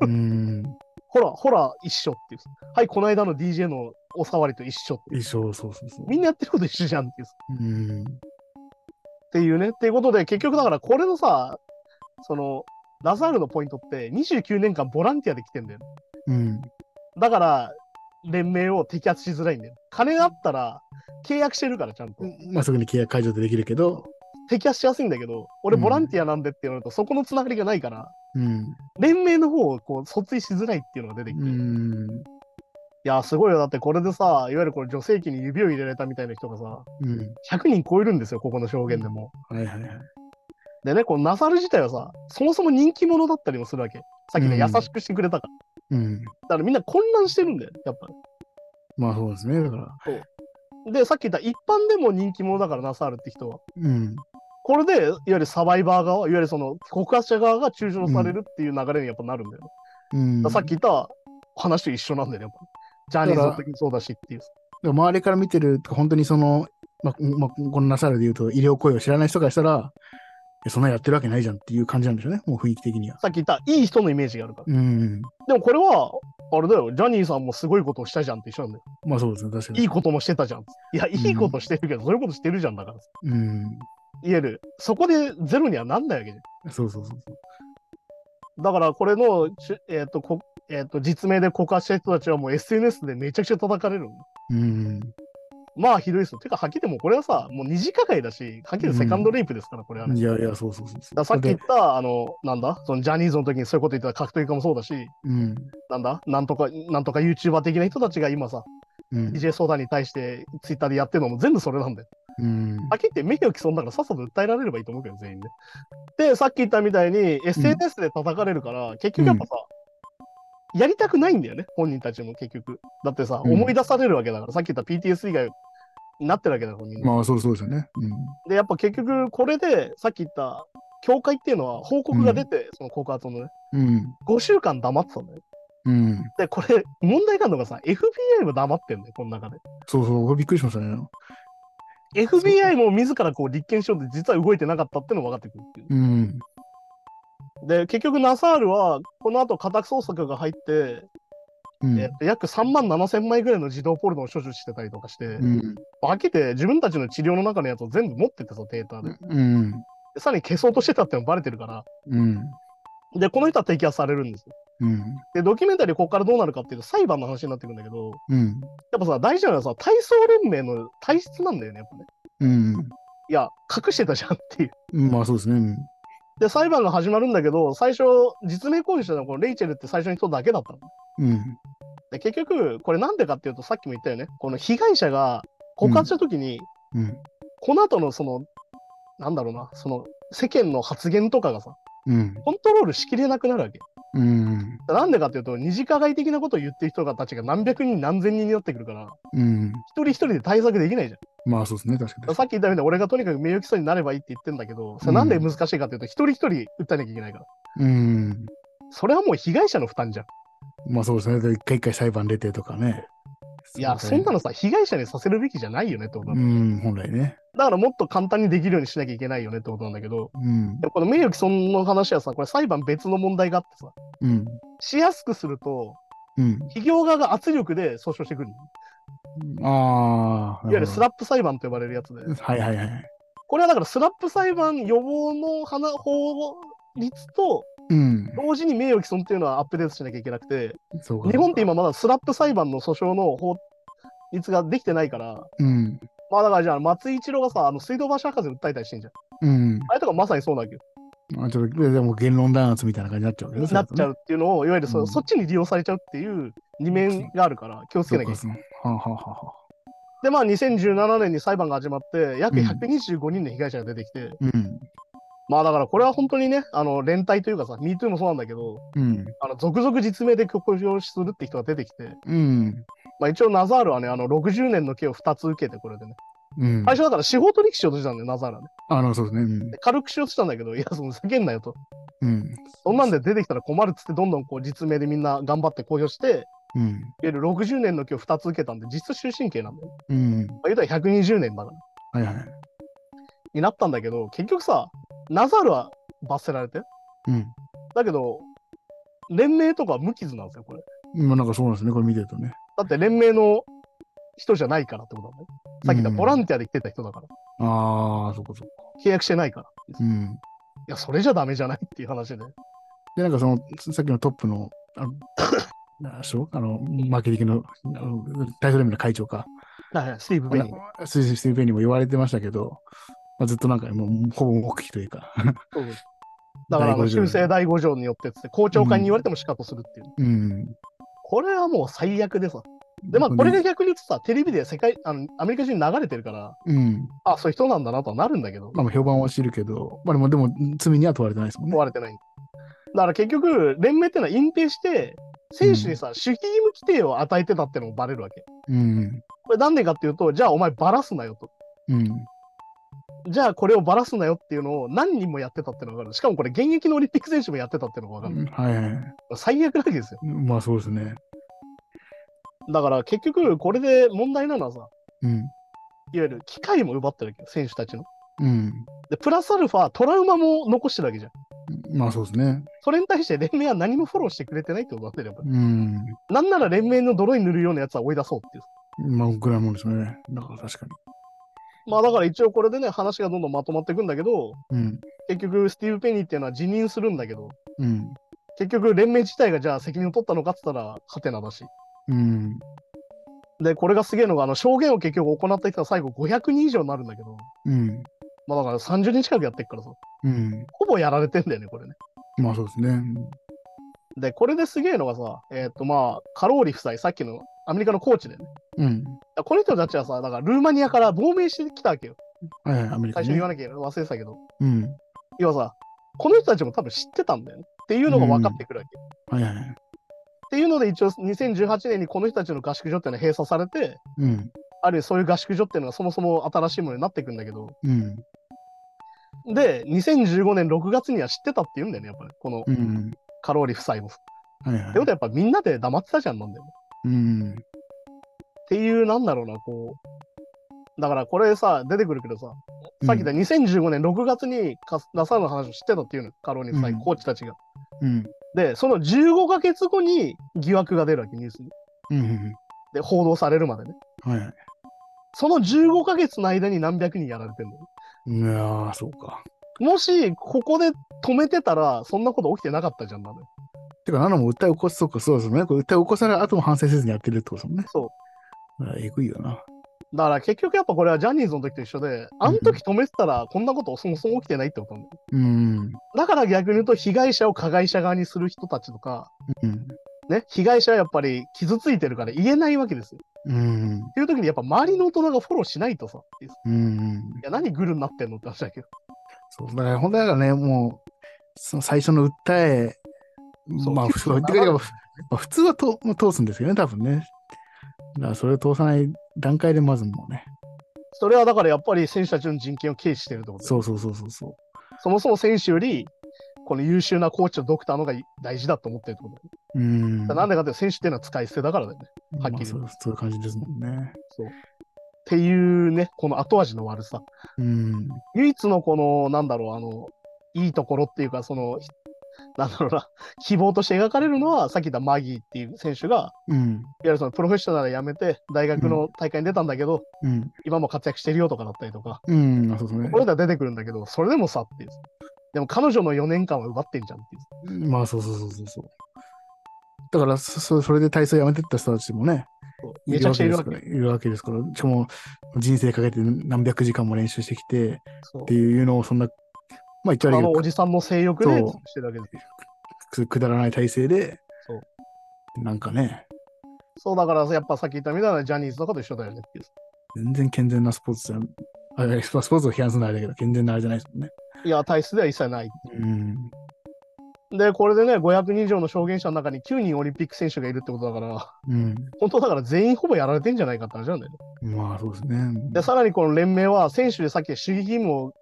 B: うん、
A: ほら、ほら、一緒っていう。はい、この間の DJ のお触りと一緒っていう。
B: 一緒、そうそうそう。
A: みんなやってること一緒じゃんっていう。
B: うん。
A: っていうね。っていうことで、結局だから、これのさ、その、ラザールのポイントって、29年間ボランティアで来てんだよ。
B: うん。
A: だから、連盟を摘発しづらいんだよ。金があったら、契約してるから、ちゃんと。
B: まあ、すぐに契約解除でできるけど、
A: 摘発しやすいんだけど、俺
B: うん
A: ボランティアなんでって言われると、そこのつながりがないから、
B: うん。
A: 連盟の方をこう、訴追しづらいっていうのが出てきて。い
B: うん。
A: や、すごいよ。だってこれでさ、いわゆるこれ女性器に指を入れられたみたいな人がさ、
B: うん。
A: 100人超えるんですよ、ここの証言でも。
B: はいはいはい。
A: でね、このナサル自体はさ、そもそも人気者だったりもするわけ。さっきね、
B: うん
A: 優しくしてくれたから。
B: うん。
A: だからみんな混乱してるんだよ、やっぱ。
B: まあそうですね。だから。
A: で、さっき言った一般でも人気者だから、ナサールって人は。
B: うん。
A: これで、いわゆるサバイバー側、いわゆるその告発者側が中傷されるっていう流れにやっぱなるんだよね。
B: うん、
A: だからさっき言った話と一緒なんだよね、やっぱ。ジャニーズの時もそうだしっていう。
B: 周りから見てるとか、本当にその、まあ、まあ、このなさるで言うと、医療行為を知らない人からしたら、いやそんなやってるわけないじゃんっていう感じなんでしょうね。もう雰囲気的には。
A: さっき言った、いい人のイメージがあるから。
B: うん。
A: でもこれは、あれだよ、ジャニーさんもすごいことをしたじゃんって一緒なんだよ。
B: まあそうですね。確かに。
A: いいこともしてたじゃん。いや、いいことしてるけど、そういうことしてるじゃんだから。
B: うん。
A: いわゆる、そこでゼロにはなんないわけじゃん
B: そうそうそうそう。
A: だからこれの、ちゅえっ、と、こえっと実名で告発した人たちはもう SNS でめちゃくちゃ叩かれる。
B: うん。
A: まあひどいですよ。てか、はっきりでもうこれはさ、もう二次加害だし、はっきりセカンドレイプですから、これはね。
B: い
A: だか
B: やいや、そうそうそうそう。
A: らさっき言っ
B: で
A: た、あの、なんだ、そのジャニーズの時にそういうこと言ってた格闘技家もそうだし、
B: うん。
A: なんだ、なんとか、なんとか YouTuber 的な人たちが今さ、
B: うん。
A: DJ 相談に対して Twitter でやってるのも全部それなんだよ。
B: うん。
A: はっきり言って名誉毀損だからさっさと訴えられればいいと思うけど、全員で。で、さっき言ったみたいに SNS で叩かれるから、結局やっぱさ、やりたくないんだよね、本人たちも結局。だってさ、
B: うん
A: 思い出されるわけだから、さっき言った PTS 以外になってるわけだから、みんな。
B: まあそうそうですよね。
A: で、やっぱ結局これで、さっき言った、教会っていうのは報告が出て、その告発のね、
B: うん。
A: 5週間黙ってたんだよ。
B: うん。うん。
A: で、これ、問題があるのがさ、FBI も黙ってんだよ、この中で。
B: そうそう。俺びっくりしましたね。
A: FBI も自らこう立件しようって実は動いてなかったっていうのが分かってくるっていう。
B: うん。
A: で、結局、ナサールは、この後家宅捜索が入って、
B: うん。
A: えっと、約3万7千枚ぐらいの児童ポルノを所持してたりとかして、
B: うん。
A: 分けて自分たちの治療の中のやつを全部持っててさ、データで。で
B: うん。
A: さらに消そうとしてたってのバレてるから、
B: うん。
A: で、この人は摘発されるんですよ。
B: うん。
A: で、ドキュメンタリーここからどうなるかっていうと、裁判の話になってくるんだけど、
B: うん。
A: やっぱさ、大事なのはさ、体操連盟の体質なんだよね、やっぱね。
B: うん。
A: いや、隠してたじゃんっていう。
B: まあそうですね。
A: で、裁判が始まるんだけど、最初、実名公表したのはこのレイチェルって最初の人だけだったの。
B: うん。
A: で結局、これなんでかっていうと、さっきも言ったよね、この被害者が告発したときに、
B: うん。
A: この後のその、なんだろうな、その世間の発言とかがさ、
B: うん。
A: コントロールしきれなくなるわけ。
B: うん。
A: なんでかっていうと、二次加害的なことを言ってる人たちが何百人、何千人になってくるから、
B: うん。
A: 一人一人で対策できないじゃん。だ
B: まあそうですね。確
A: から
B: か
A: さっき言ったように、俺がとにかく名誉毀損になればいいって言ってんだけど、それなんで難しいかっていうと、一人一人訴えなきゃいけないから。
B: に。うん。
A: それはもう被害者の負担じゃん。
B: まあそうですね。一回一回裁判出てとかね。
A: いや、そんなのさ、被害者にさせるべきじゃないよねってことな
B: う
A: の
B: ん。本来ね。
A: だからもっと簡単にできるようにしなきゃいけないよねってことなんだけど、
B: うん。
A: でもこの名誉毀損の話はさ、これ裁判別の問題があってさ、
B: うん。
A: しやすくすると、
B: うん。
A: 企業側が圧力で訴訟してくるの。い
B: ああ。
A: わゆるスラップ裁判と呼ばれるやつで。
B: はいはいはい。
A: これはだからスラップ裁判予防の花法律と
B: うん。
A: 同時に名誉毀損っていうのはアップデートしなきゃいけなくて、
B: そうか。
A: 日本って今まだスラップ裁判の訴訟の法律ができてないから、
B: うん。
A: まあだからじゃあ松井一郎がさ、あの水道橋博士訴えたりしてんじゃん。
B: うん。
A: あれとかまさにそうなんだけど。
B: まあちょっと、ででも言論弾圧みたいな感じになっちゃうわけね
A: なっちゃうっていうのを、いわゆるそ,、
B: うん
A: そっちに利用されちゃうっていう二面があるから、気をつ
B: そ
A: け
B: う
A: な
B: だ
A: きゃ
B: と
A: いけ
B: ね
A: ない。
B: そうかそう。はあ、はあはあはあ、
A: で、まあ、2017年に裁判が始まって、約
B: うん
A: 125人の被害者が出てきて、
B: うん。
A: まあ、だからこれは本当にね、あの連帯というかさ、MeToo もそうなんだけど、
B: うん。
A: あの続々実名で公表するって人が出てきて、
B: うん。
A: まあ、一応ナザールはね、あの60年の刑を2つ受けて、これでね。
B: うん。
A: 最初だから司法取引しようとしたんだよ、ナザールはね。
B: あの、そうですね。うん
A: で軽くしようとしたんだけど、いや、そのふざけんなよと。
B: うん。
A: そんなんで出てきたら困るっつって、どんどんこう実名でみんな頑張って公表して、
B: うん。
A: いわゆる60年の刑を2つ受けたんで、実質終身刑なんだよ。
B: うん。
A: まあ、言うたら120年だから。
B: はいはい。
A: になったんだけど、結局さ、ナザールは罰せられて。
B: う
A: だけど、連盟とかは無傷なんですよ、これ。
B: ん。まあなんかそうなんですね。これ見てるとね。
A: だって連盟の人じゃないからってことだね。さっき言った
B: うん
A: ボランティアで来てた人だから。
B: ああ、そこそこ。
A: 契約してないから。
B: う
A: い
B: ん。
A: や、それじゃダメじゃないっていう話で。
B: で、なんかその、さっきのトップの、 ああそうあの、マーケティングの、あの大統領の会長か。
A: はいはい、スティーブ・ベニー。
B: スイスイスイベにも言われてましたけど、まあ、ずっとなんかもうほぼ黙秘という か、
A: そうだから
B: 第
A: あの、
B: 五条
A: 修正第5条によってっつって、校長会に言われてもシカトするっていう。
B: うん。
A: これはもう最悪でさ。で、まあ、これが逆に言うとさ、テレビで世界、あのアメリカ中に流れてるから、
B: うん。
A: あ、そういう人なんだなとはなるんだけど、
B: まあ、評判は知るけど、まあ、でも、でも、罪には問われてないですもんね
A: 問。われてない。だから結局、連盟ってのは隠蔽して、選手にさ、守秘義務規定を与えてたってのもバレるわけ。
B: うん。
A: これなんでかっていうと、じゃあお前バラすなよと。
B: うん。
A: じゃあこれをバラすなよっていうのを何人もやってたってのが分かる。しかもこれ現役のオリンピック選手もやってたってのが分かる。
B: はいはい。
A: 最悪なわけですよ。
B: まあ、そうですね。
A: だから結局これで問題なのはさ、
B: うん。
A: いわゆる機会も奪ってるわけよ、選手たちの。
B: うん。
A: で、プラスアルファ、トラウマも残してるわけじゃん。
B: まあ、そうですね。
A: それに対して連盟は何もフォローしてくれてないってことだってやっぱり
B: うん。
A: なんなら連盟の泥に塗るようなやつは追い出そうっていう。
B: まあ、ぐらいもんですね。だから確か
A: まあだから一応これでね、話がどんどんまとまっていくんだけど、
B: に。うん。
A: 結局スティーブ・ペニーっていうのは辞任するんだけど、
B: うん。
A: 結局連盟自体がじゃあ責任を取ったのかって言ったら、ハテナだし。
B: うん。
A: で、これがすげえのが、あの証言を結局行ってきたら最後500人以上になるんだけど、
B: うん。
A: まあだから30人近くやってっからさ、
B: うん。
A: ほぼやられてんだよね、これね。
B: まあ、そうですね。
A: で、これですげえのがさ、えっ、とまあ、カローリ夫妻、さっきのアメリカのコーチでね。
B: うん。
A: この人たちはさ、だからルーマニアから亡命してきたわけよ。
B: はいはい、アメリカ、ね。
A: 最初に言わなきゃいけない忘れてたけど。
B: うん。
A: 要はさ、この人たちも多分知ってたんだよね。っていうのが分かってくるわけ。
B: は
A: っ
B: いはい。
A: ていうので、一応2018年にこの人たちの合宿所っていうのは閉鎖されて、
B: うん。
A: あるいはそういう合宿所っていうのがそもそも新しいものになっていくんだけど、
B: うん。
A: で、2015年6月には知ってたって言うんだよね、やっぱり。この
B: うん。
A: カローリ夫妻も。って
B: はいはい。
A: ことはやっぱみんなで黙ってたじゃんなんだよね。
B: うん。
A: っていう、なんだろうな、こう。だからこれさ、出てくるけどさ、さっき言った2015年6月にかナサールの話を知ってたっていうの、カローリ夫妻、
B: うん
A: コーチたちが。
B: うん。
A: で、その15ヶ月後に疑惑が出るわけ、ニュースに。
B: うん。
A: で、報道されるまでね。
B: はいはい。
A: その15ヶ月の間に何百人やられてるのよ
B: いやー、そうか。
A: もし、ここで止めてたら、そんなこと起きてなかったじゃん、なのよ
B: てか、ナナも訴え起こすとか、そうですね。これ訴え起こされる後も反省せずにやってるってことですもんね。。
A: そう
B: えぐいよな。
A: だから結局やっぱこれはジャニーズの時と一緒で、あの時止めてたら、こんなことそもそも起きてないってことなんだよ。
B: うん。
A: だから逆に言うと、被害者を加害者側にする人たちとか、
B: うん。
A: ね、被害者はやっぱり傷ついてるから言えないわけですよ。
B: うん。
A: っていう時にやっぱ周りの大人がフォローしないとさ、い
B: うん。
A: や何グルになってんのって話だけど。
B: そう。だから、本当だからね、もう、その最初の訴え、
A: そう
B: まあ、普通は、
A: 結
B: て
A: 構
B: か
A: 長い
B: まあ普通はと通すんですよね、多分ね。だから、それを通さない段階で、まずもうね。
A: それはだからやっぱり選手たちの人権を軽視してるってことだよ
B: そうそうそうそうそう。
A: そもそも選手より、この優秀なコーチとドクターの方が大事だと思ってるってことだよ
B: うん。
A: なんでかっていうと選手っていうのは使い捨てだからだよね。はっきり
B: まあそう。そういう感じですもんね。
A: そうっていうね、この後味の悪さ。
B: うん。
A: 唯一のこの、なんだろう、あの、いいところっていうか、その、ひなんだろうな、希望として描かれるのは、さっき言ったマギーっていう選手が、いわ
B: うん。
A: ゆるそのプロフェッショナル辞めて、大学の大会に出たんだけど、
B: うん。
A: 今も活躍してるよとかだったりとか、
B: うん。あそうですね
A: こ。れでは出てくるんだけど、それでもさっていう。でも彼女の4年間は奪ってんじゃんっていう。
B: まあ、そうそうそうそうそう。だからそそ、それで体操やめてった人たちもね、
A: そうめちゃくちゃいるわけ
B: ですから、いるわけですから、しかも人生かけて何百時間も練習してきて
A: そう
B: っていうのを、そんなまあ一
A: あ
B: 応あれ
A: のお
B: が
A: じさんの性欲で
B: そう
A: 潰してるだけで。
B: くくだらない体勢で
A: そう、
B: なんかね、
A: そうだからやっぱさっき言ったみたいなジャニーズとかと一緒だよねっていう。
B: 全然健全なスポーツじゃん。あれスポスポーツを批判するのはあれだけど、健全なあれじゃないですもんね。
A: いや、体質では一切ない。
B: うん。
A: で、これでね、500人以上の証言者の中に9人オリンピック選手がいるってことだから、
B: うん。
A: 本当だから全員ほぼやられてんじゃないかって話なんだよね。
B: まあそうですね。
A: で、さらにこの連盟は選手でさっき主義義務を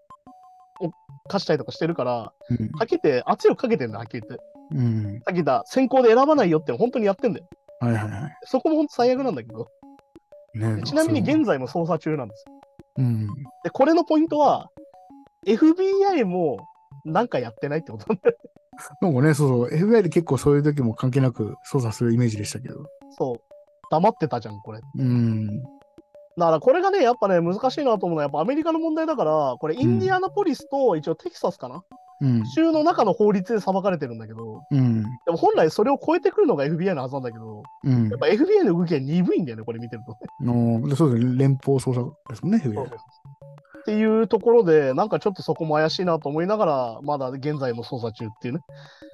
A: 課したりとかしてるから、
B: うん
A: かけて、圧力かけてんだよ、はっきり言って。
B: うん。
A: さっき言った選考で選ばないよって本当にやってんだよ。
B: はいはいはい。
A: そこも本当最悪なんだけど。
B: ね、
A: ちなみに
B: 在
A: 現在も捜査中なんです。
B: うん。
A: で、これのポイントは、FBI もなんかやってないってこと なんだよ。
B: なんかね、そうそう、FBI で結構そういう時も関係なく捜査するイメージでしたけど。
A: そう。黙ってたじゃん、これ。
B: うん。
A: だからこれがね、やっぱね、難しいなと思うのは、やっぱアメリカの問題だから、これ、インディアナポリスと一応テキサスかな、
B: うん。
A: 州の中の法律で裁かれてるんだけど、
B: うん。
A: でも本来それを超えてくるのが FBI のはずなんだけど、
B: うん
A: やっ。ぱ FBI の動きが鈍いんだよね、これ見てると。
B: のでそうですね、連邦捜査ですもんね、FBI
A: っていうところで、なんかちょっとそこも怪しいなと思いながら、まだ現在も捜査中っていうね、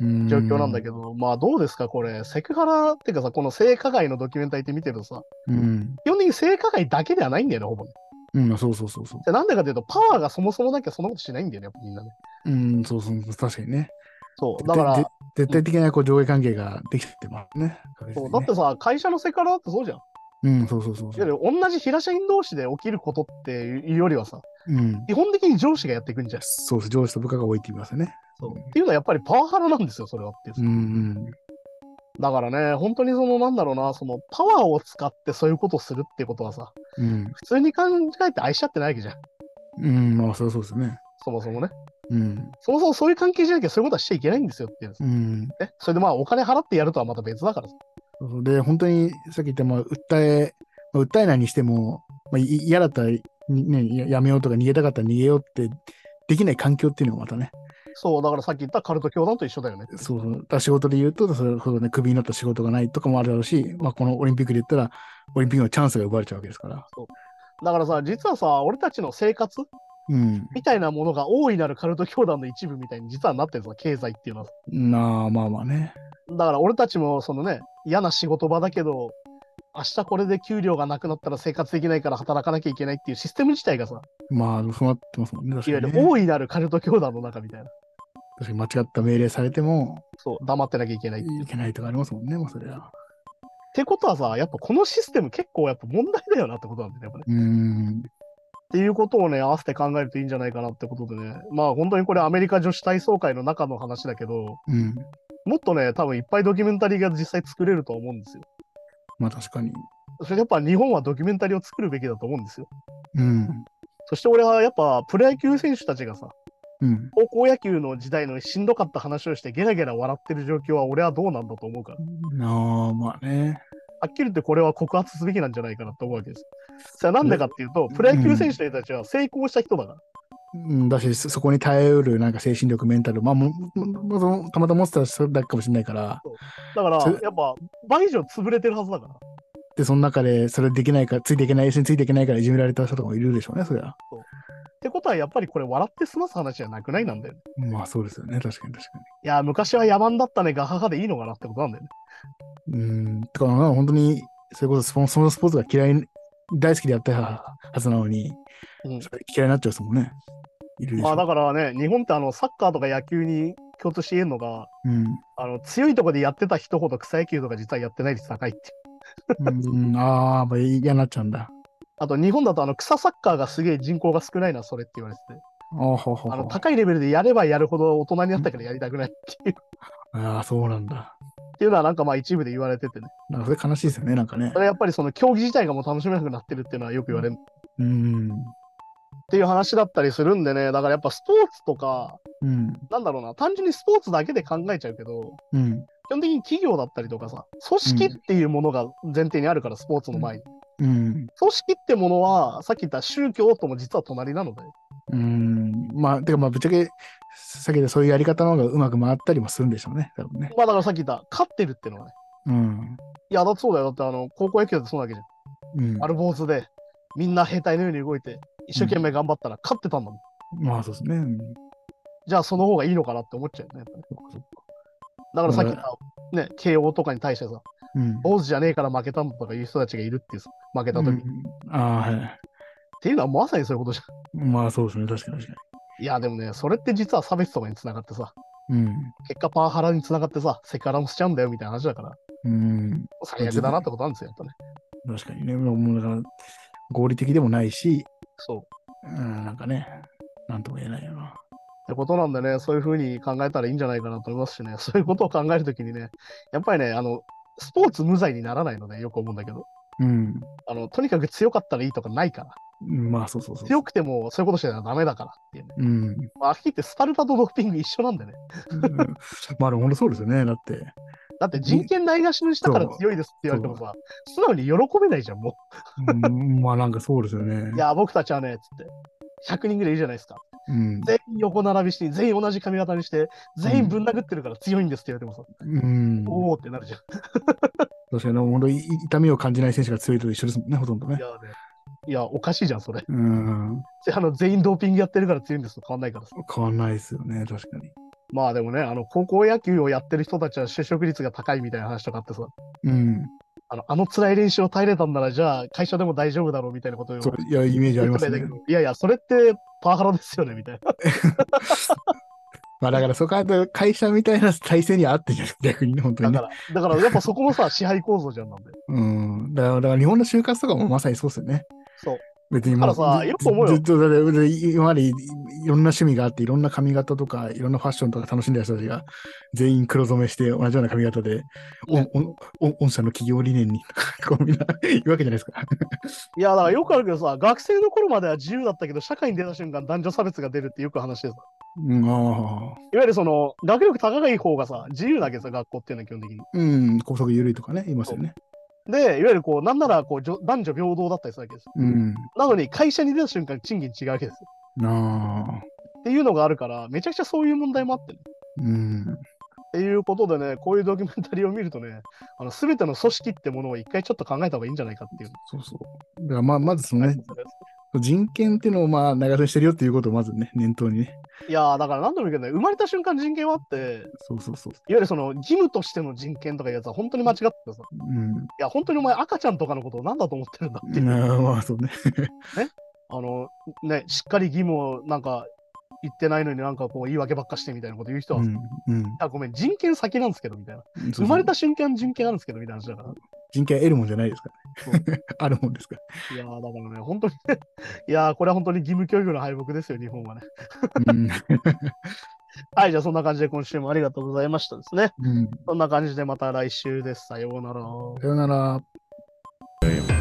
B: うん
A: 状況なんだけど、まあどうですか、これ、セクハラっていうかさ、この性加害のドキュメンタリーって見てるとさ、
B: うん。
A: 基本的に性加害だけではないんだよね、ほぼね。
B: うん、そうそうそうそう。
A: でなんでかというと、パワーがそもそもなきゃそんなことしないんだよね、やっぱみんなね。
B: うん、そうそう、確かにね。
A: そう、だから
B: で、で絶対的なこう上下関係ができてますね。
A: そうだって
B: ね
A: さ、会社のセクハラだってそうじゃん。
B: うん、そうそうそう
A: い
B: そ
A: や
B: う。
A: でも同じ平社員同士で起きることっていうよりはさ、
B: うん。
A: 基本的に上司がやっていくんじゃん。
B: そうです、上司と部下が多いって言いますよね。
A: そうっていうのはやっぱりパワハラなんですよ、それはっていう
B: う。ん、
A: だからね、本当にその、なんだろうな、そのパワーを使ってそういうことをするってことはさ、
B: うん。うん
A: 普通に考えて愛しちゃってないわけじゃん。
B: うん、まあ、そりゃそうですよね。
A: そもそもね。
B: うん。
A: そもそもそういう関係じゃなきゃそういうことはしちゃいけないんですよっていう。
B: うん。
A: ね、それでまあお金払ってやるとはまた別だからさ。
B: そうで、本当に、さっき言った、まあ、訴え、まあ、訴えないにしても、まあ、い嫌だったら、にね、ややめようとか、逃げたかったら逃げようって、できない環境っていうのがまたね、
A: そう、だからさっき言ったカルト教団と一緒だよね。
B: そうそう、だから仕事で言うと、それほどね、クビになった仕事がないとかもあるだろうし、まあ、このオリンピックで言ったら、オリンピックのチャンスが奪われちゃうわけですから。
A: だからさ、実はさ、俺たちの生活
B: うん。
A: みたいなものが大いなるカルト教団の一部みたいに実はなってるさ、経済っていうのは。
B: なあ、まあまあね。
A: だから俺たちもそのね、嫌な仕事場だけど、明日これで給料がなくなったら生活できないから働かなきゃいけないっていうシステム自体がさ、
B: まあ、そうなってますもんね。
A: い
B: 確
A: わ
B: か
A: ゆる
B: に、ね。
A: 大いなるカルト教団の中みたいな。
B: 確かに間違った命令されても、
A: そう、黙ってなきゃいけないっていう。
B: いけないとかありますもんね、まあ、それは。
A: ってことはさ、やっぱこのシステム結構やっぱ問題だよなってことなんだよね、やっぱね。
B: うーん。
A: っていうことをね、合わせて考えるといいんじゃないかなってことでね。まあ本当にこれアメリカ女子体操会の中の話だけど、
B: うん。
A: もっとね、多分いっぱいドキュメンタリーが実際作れると思うんですよ。
B: まあ、確かに。
A: それでやっぱ日本はドキュメンタリーを作るべきだと思うんですよ。
B: うん。
A: そして俺はやっぱプロ野球選手たちがさ、
B: うん。
A: 高校野球の時代のしんどかった話をしてゲラゲラ笑ってる状況は俺はどうなんだと思うから、は
B: ああ、まあね。
A: っきり言ってこれは告発すべきなんじゃないかなと思うわけです。それはなんでかっていうと、プロ野球選手たちは成功した人だから。
B: うん、だし、そそこに耐えうる、なんか精神力、メンタル、まあ、ももそのたまたま持ってたらそれだけかもしれないから、
A: だから
B: それ、
A: やっぱ倍以上潰れてるはずだから。
B: で、その中で、それできないから、ついていけない、一緒についていけないからいじめられた人とかもいるでしょうね、そりゃ。
A: ってことはやっぱりこれ笑って済ます話じゃなくないなんだよね。
B: まあ、そうですよね、確かに確か
A: いや、昔は野蛮だったね、ガハハでいいのかなってことなんだよね。
B: に。うん、てか、なんか本当に、それこそスポン、そのスポーツが嫌い、大好きでやってたはずなのに、
A: うん
B: それ嫌いになっちゃう人もね、いるでしょ
A: まあだからね、日本ってあのサッカーとか野球に共通して言えるのが、
B: うん。
A: あの強いとこでやってた人ほど草野球とか実はやってない率高いっていう。
B: うん、ああ、やっぱ嫌になっちゃうんだ。
A: あと日本だとあの草サッカーがすげえ人口が少ないな、それって言われてて。
B: あーほうほうほ
A: あの
B: う
A: 高いレベルでやればやるほど大人になったからやりたくないっていうっ
B: あー、そうなんだ。
A: ていうのはなんかまあ一部で言われててね。
B: なんかそれ悲しいですよね、なんかね
A: そ。れやっぱりその競技自体がもう楽しめなくなってるっていうのはよく言われる。
B: うん。
A: っていう話だったりするんでね、だからやっぱスポーツとか、
B: うん。
A: なんだろうな、単純にスポーツだけで考えちゃうけど、
B: うん。
A: 基本的に企業だったりとかさ、組織っていうものが前提にあるから、スポーツの前に。
B: うん。
A: 組織ってものは、さっき言った宗教とも実は隣なので、
B: うん。まあ、てか、まあ、ぶっちゃけ、さっきでそういうやり方の方がうまく回ったりもするんでしょうね、多分ね。
A: まあだからさっき言った、勝ってるってのはね、
B: うん。
A: いや、だってそうだよ、だってあの高校野球だってそうなわけじゃ
B: うん
A: ん。ア。ルボーズで、みんな兵隊のように動いて、一生懸命頑張ったら勝ってたんだもん。
B: まあ、そうですね。うん
A: じゃあその方がいいのかなって思っちゃうよね。だからさっき言った、ね、慶応とかに対してさ、
B: うん。
A: 坊主じゃねえから負けたんだとかいう人たちがいるっていうさ、負けた時、
B: う
A: っ
B: んああ、はい。
A: ていうのはまさにそういうことじゃ
B: まあそうですね、確かに確か
A: ん。いや、でもね、それって実は差別とかにつながってさ、
B: に。
A: 結果パワハラにつながってさ、セクハラもしちゃうんだよみたいな話だから、
B: うん。うん。
A: 最悪だなってことなんですよ、やっぱね。
B: 確かにね。もうだから、合理的でもないし、
A: そう。
B: うん、なんかね、なんとも言えないよな。
A: ってことなんでね、そういうふうに考えたらいいんじゃないかなと思いますしね、 そういうことを考えるときにね、やっぱりね、あの、スポーツ無罪にならないのね、よく思うんだけど、
B: うん。
A: あの、とにかく強かったらいいとかないから、
B: まあそうそうそう。
A: 強くてもそういうことしてたらダメだからっていうね。
B: うん。
A: まあ、はっきり言ってスパルタとドーピング一緒なんでね。
B: うんまあでも本当そうですよね。だって、
A: だって人権ないがしろにしたから強いですって言われてもさ、素直に喜べないじゃん、も
B: うん、まあなんかそうですよね
A: う。い。や、僕たちはね、つって。100人ぐらいいるじゃないですか。
B: うん。
A: 全員横並びして、全員同じ髪型にして、全員ぶん殴ってるから強いんですって言われてもさ、
B: うん。
A: おおってなるじゃん。
B: 確かに、本当に痛みを感じない選手が強いと一緒ですもんね、ほとんど
A: い
B: ね。
A: や,、ね、いや、おかしいじゃん、それ。
B: うん。
A: あの全員ドーピングやってるから強いんですと変わんないからさ。
B: 変わんないですよね、確かに。
A: まあでもね、あの高校野球をやってる人たちは就職率が高いみたいな話とかあってさ、
B: うん。
A: あのあの辛い練習を耐えれたんなら、じゃあ会社でも大丈夫だろうみたいなことを言
B: そう、いや、イメージあります
A: だ
B: ね
A: け。ど、いやいや、それってパワハラですよねみたいな。
B: まあだから、そこは会社みたいな体制には合ってんじゃない逆にね、本当
A: だ
B: にね
A: か。ら、だからやっぱそこもさ、支配構造じゃんなんで。
B: うん。だから、だから日本の就活とかもまさにそうですよね。
A: そう。
B: 別に
A: だからさ
B: ず
A: よく思うよ
B: ずっとだって今までいろんな趣味があって、いろんな髪型とか、いろんなファッションとか楽しんでる人たちが、全員黒染めして、同じような髪型で、お
A: ね
B: おお御社の企業理念に、こうみんな言うわけじゃないですか。
A: いや、だからよくあるけどさ、学生の頃までは自由だったけど、社会に出た瞬間、男女差別が出るってよく話でさ、
B: うん、ああ。
A: いわゆるその、学力高い方がさ、自由なわけさ、学校っていうのは基本的に。
B: うん、校則緩いとかね、言いますよね。
A: で、いわゆるこう、なんならこうじょ男女平等だったりするわけです。
B: うん。
A: なのに、会社に出た瞬間、賃金違うわけですよ。
B: ああ。
A: っていうのがあるから、めちゃくちゃそういう問題もあってね。
B: うん。
A: っていうことでね、こういうドキュメンタリーを見るとね、あの全ての組織ってものを一回ちょっと考えた方がいいんじゃないかっていう。
B: そうそう。だからまあ、まずそのね、人権っていうのをまあ、長年してるよっていうことをまずね、念頭にね。
A: いやーだから何度も言うけどね、生まれた瞬間人権はあって、
B: そうそうそう。
A: いわゆるその義務としての人権とかいうやつは本当に間違ってたさ。
B: うん。
A: いや、本当にお前赤ちゃんとかのことを何だと思ってるんだっていう。
B: うんまあ、そうね。
A: あの、ね、しっかり義務をなんか言ってないのになんかこう言い訳ばっかしてみたいなこと言う人は、
B: うん。うん。
A: あごめん、人権先なんですけどみたいな。
B: そうそう
A: 生まれた瞬間人権あるんですけどみたいな話だから。
B: 人権得るもんじゃないですから、ね。あるもんですから。
A: いやーだからね、本当に、 いやーこれは本当に義務教育の敗北ですよ、日本はね。
B: うん。
A: はい、じゃあそんな感じで今週もありがとうございましたですね。
B: うん
A: そんな感じでまた来週です。さようなら。
B: さよなら。
C: Damn.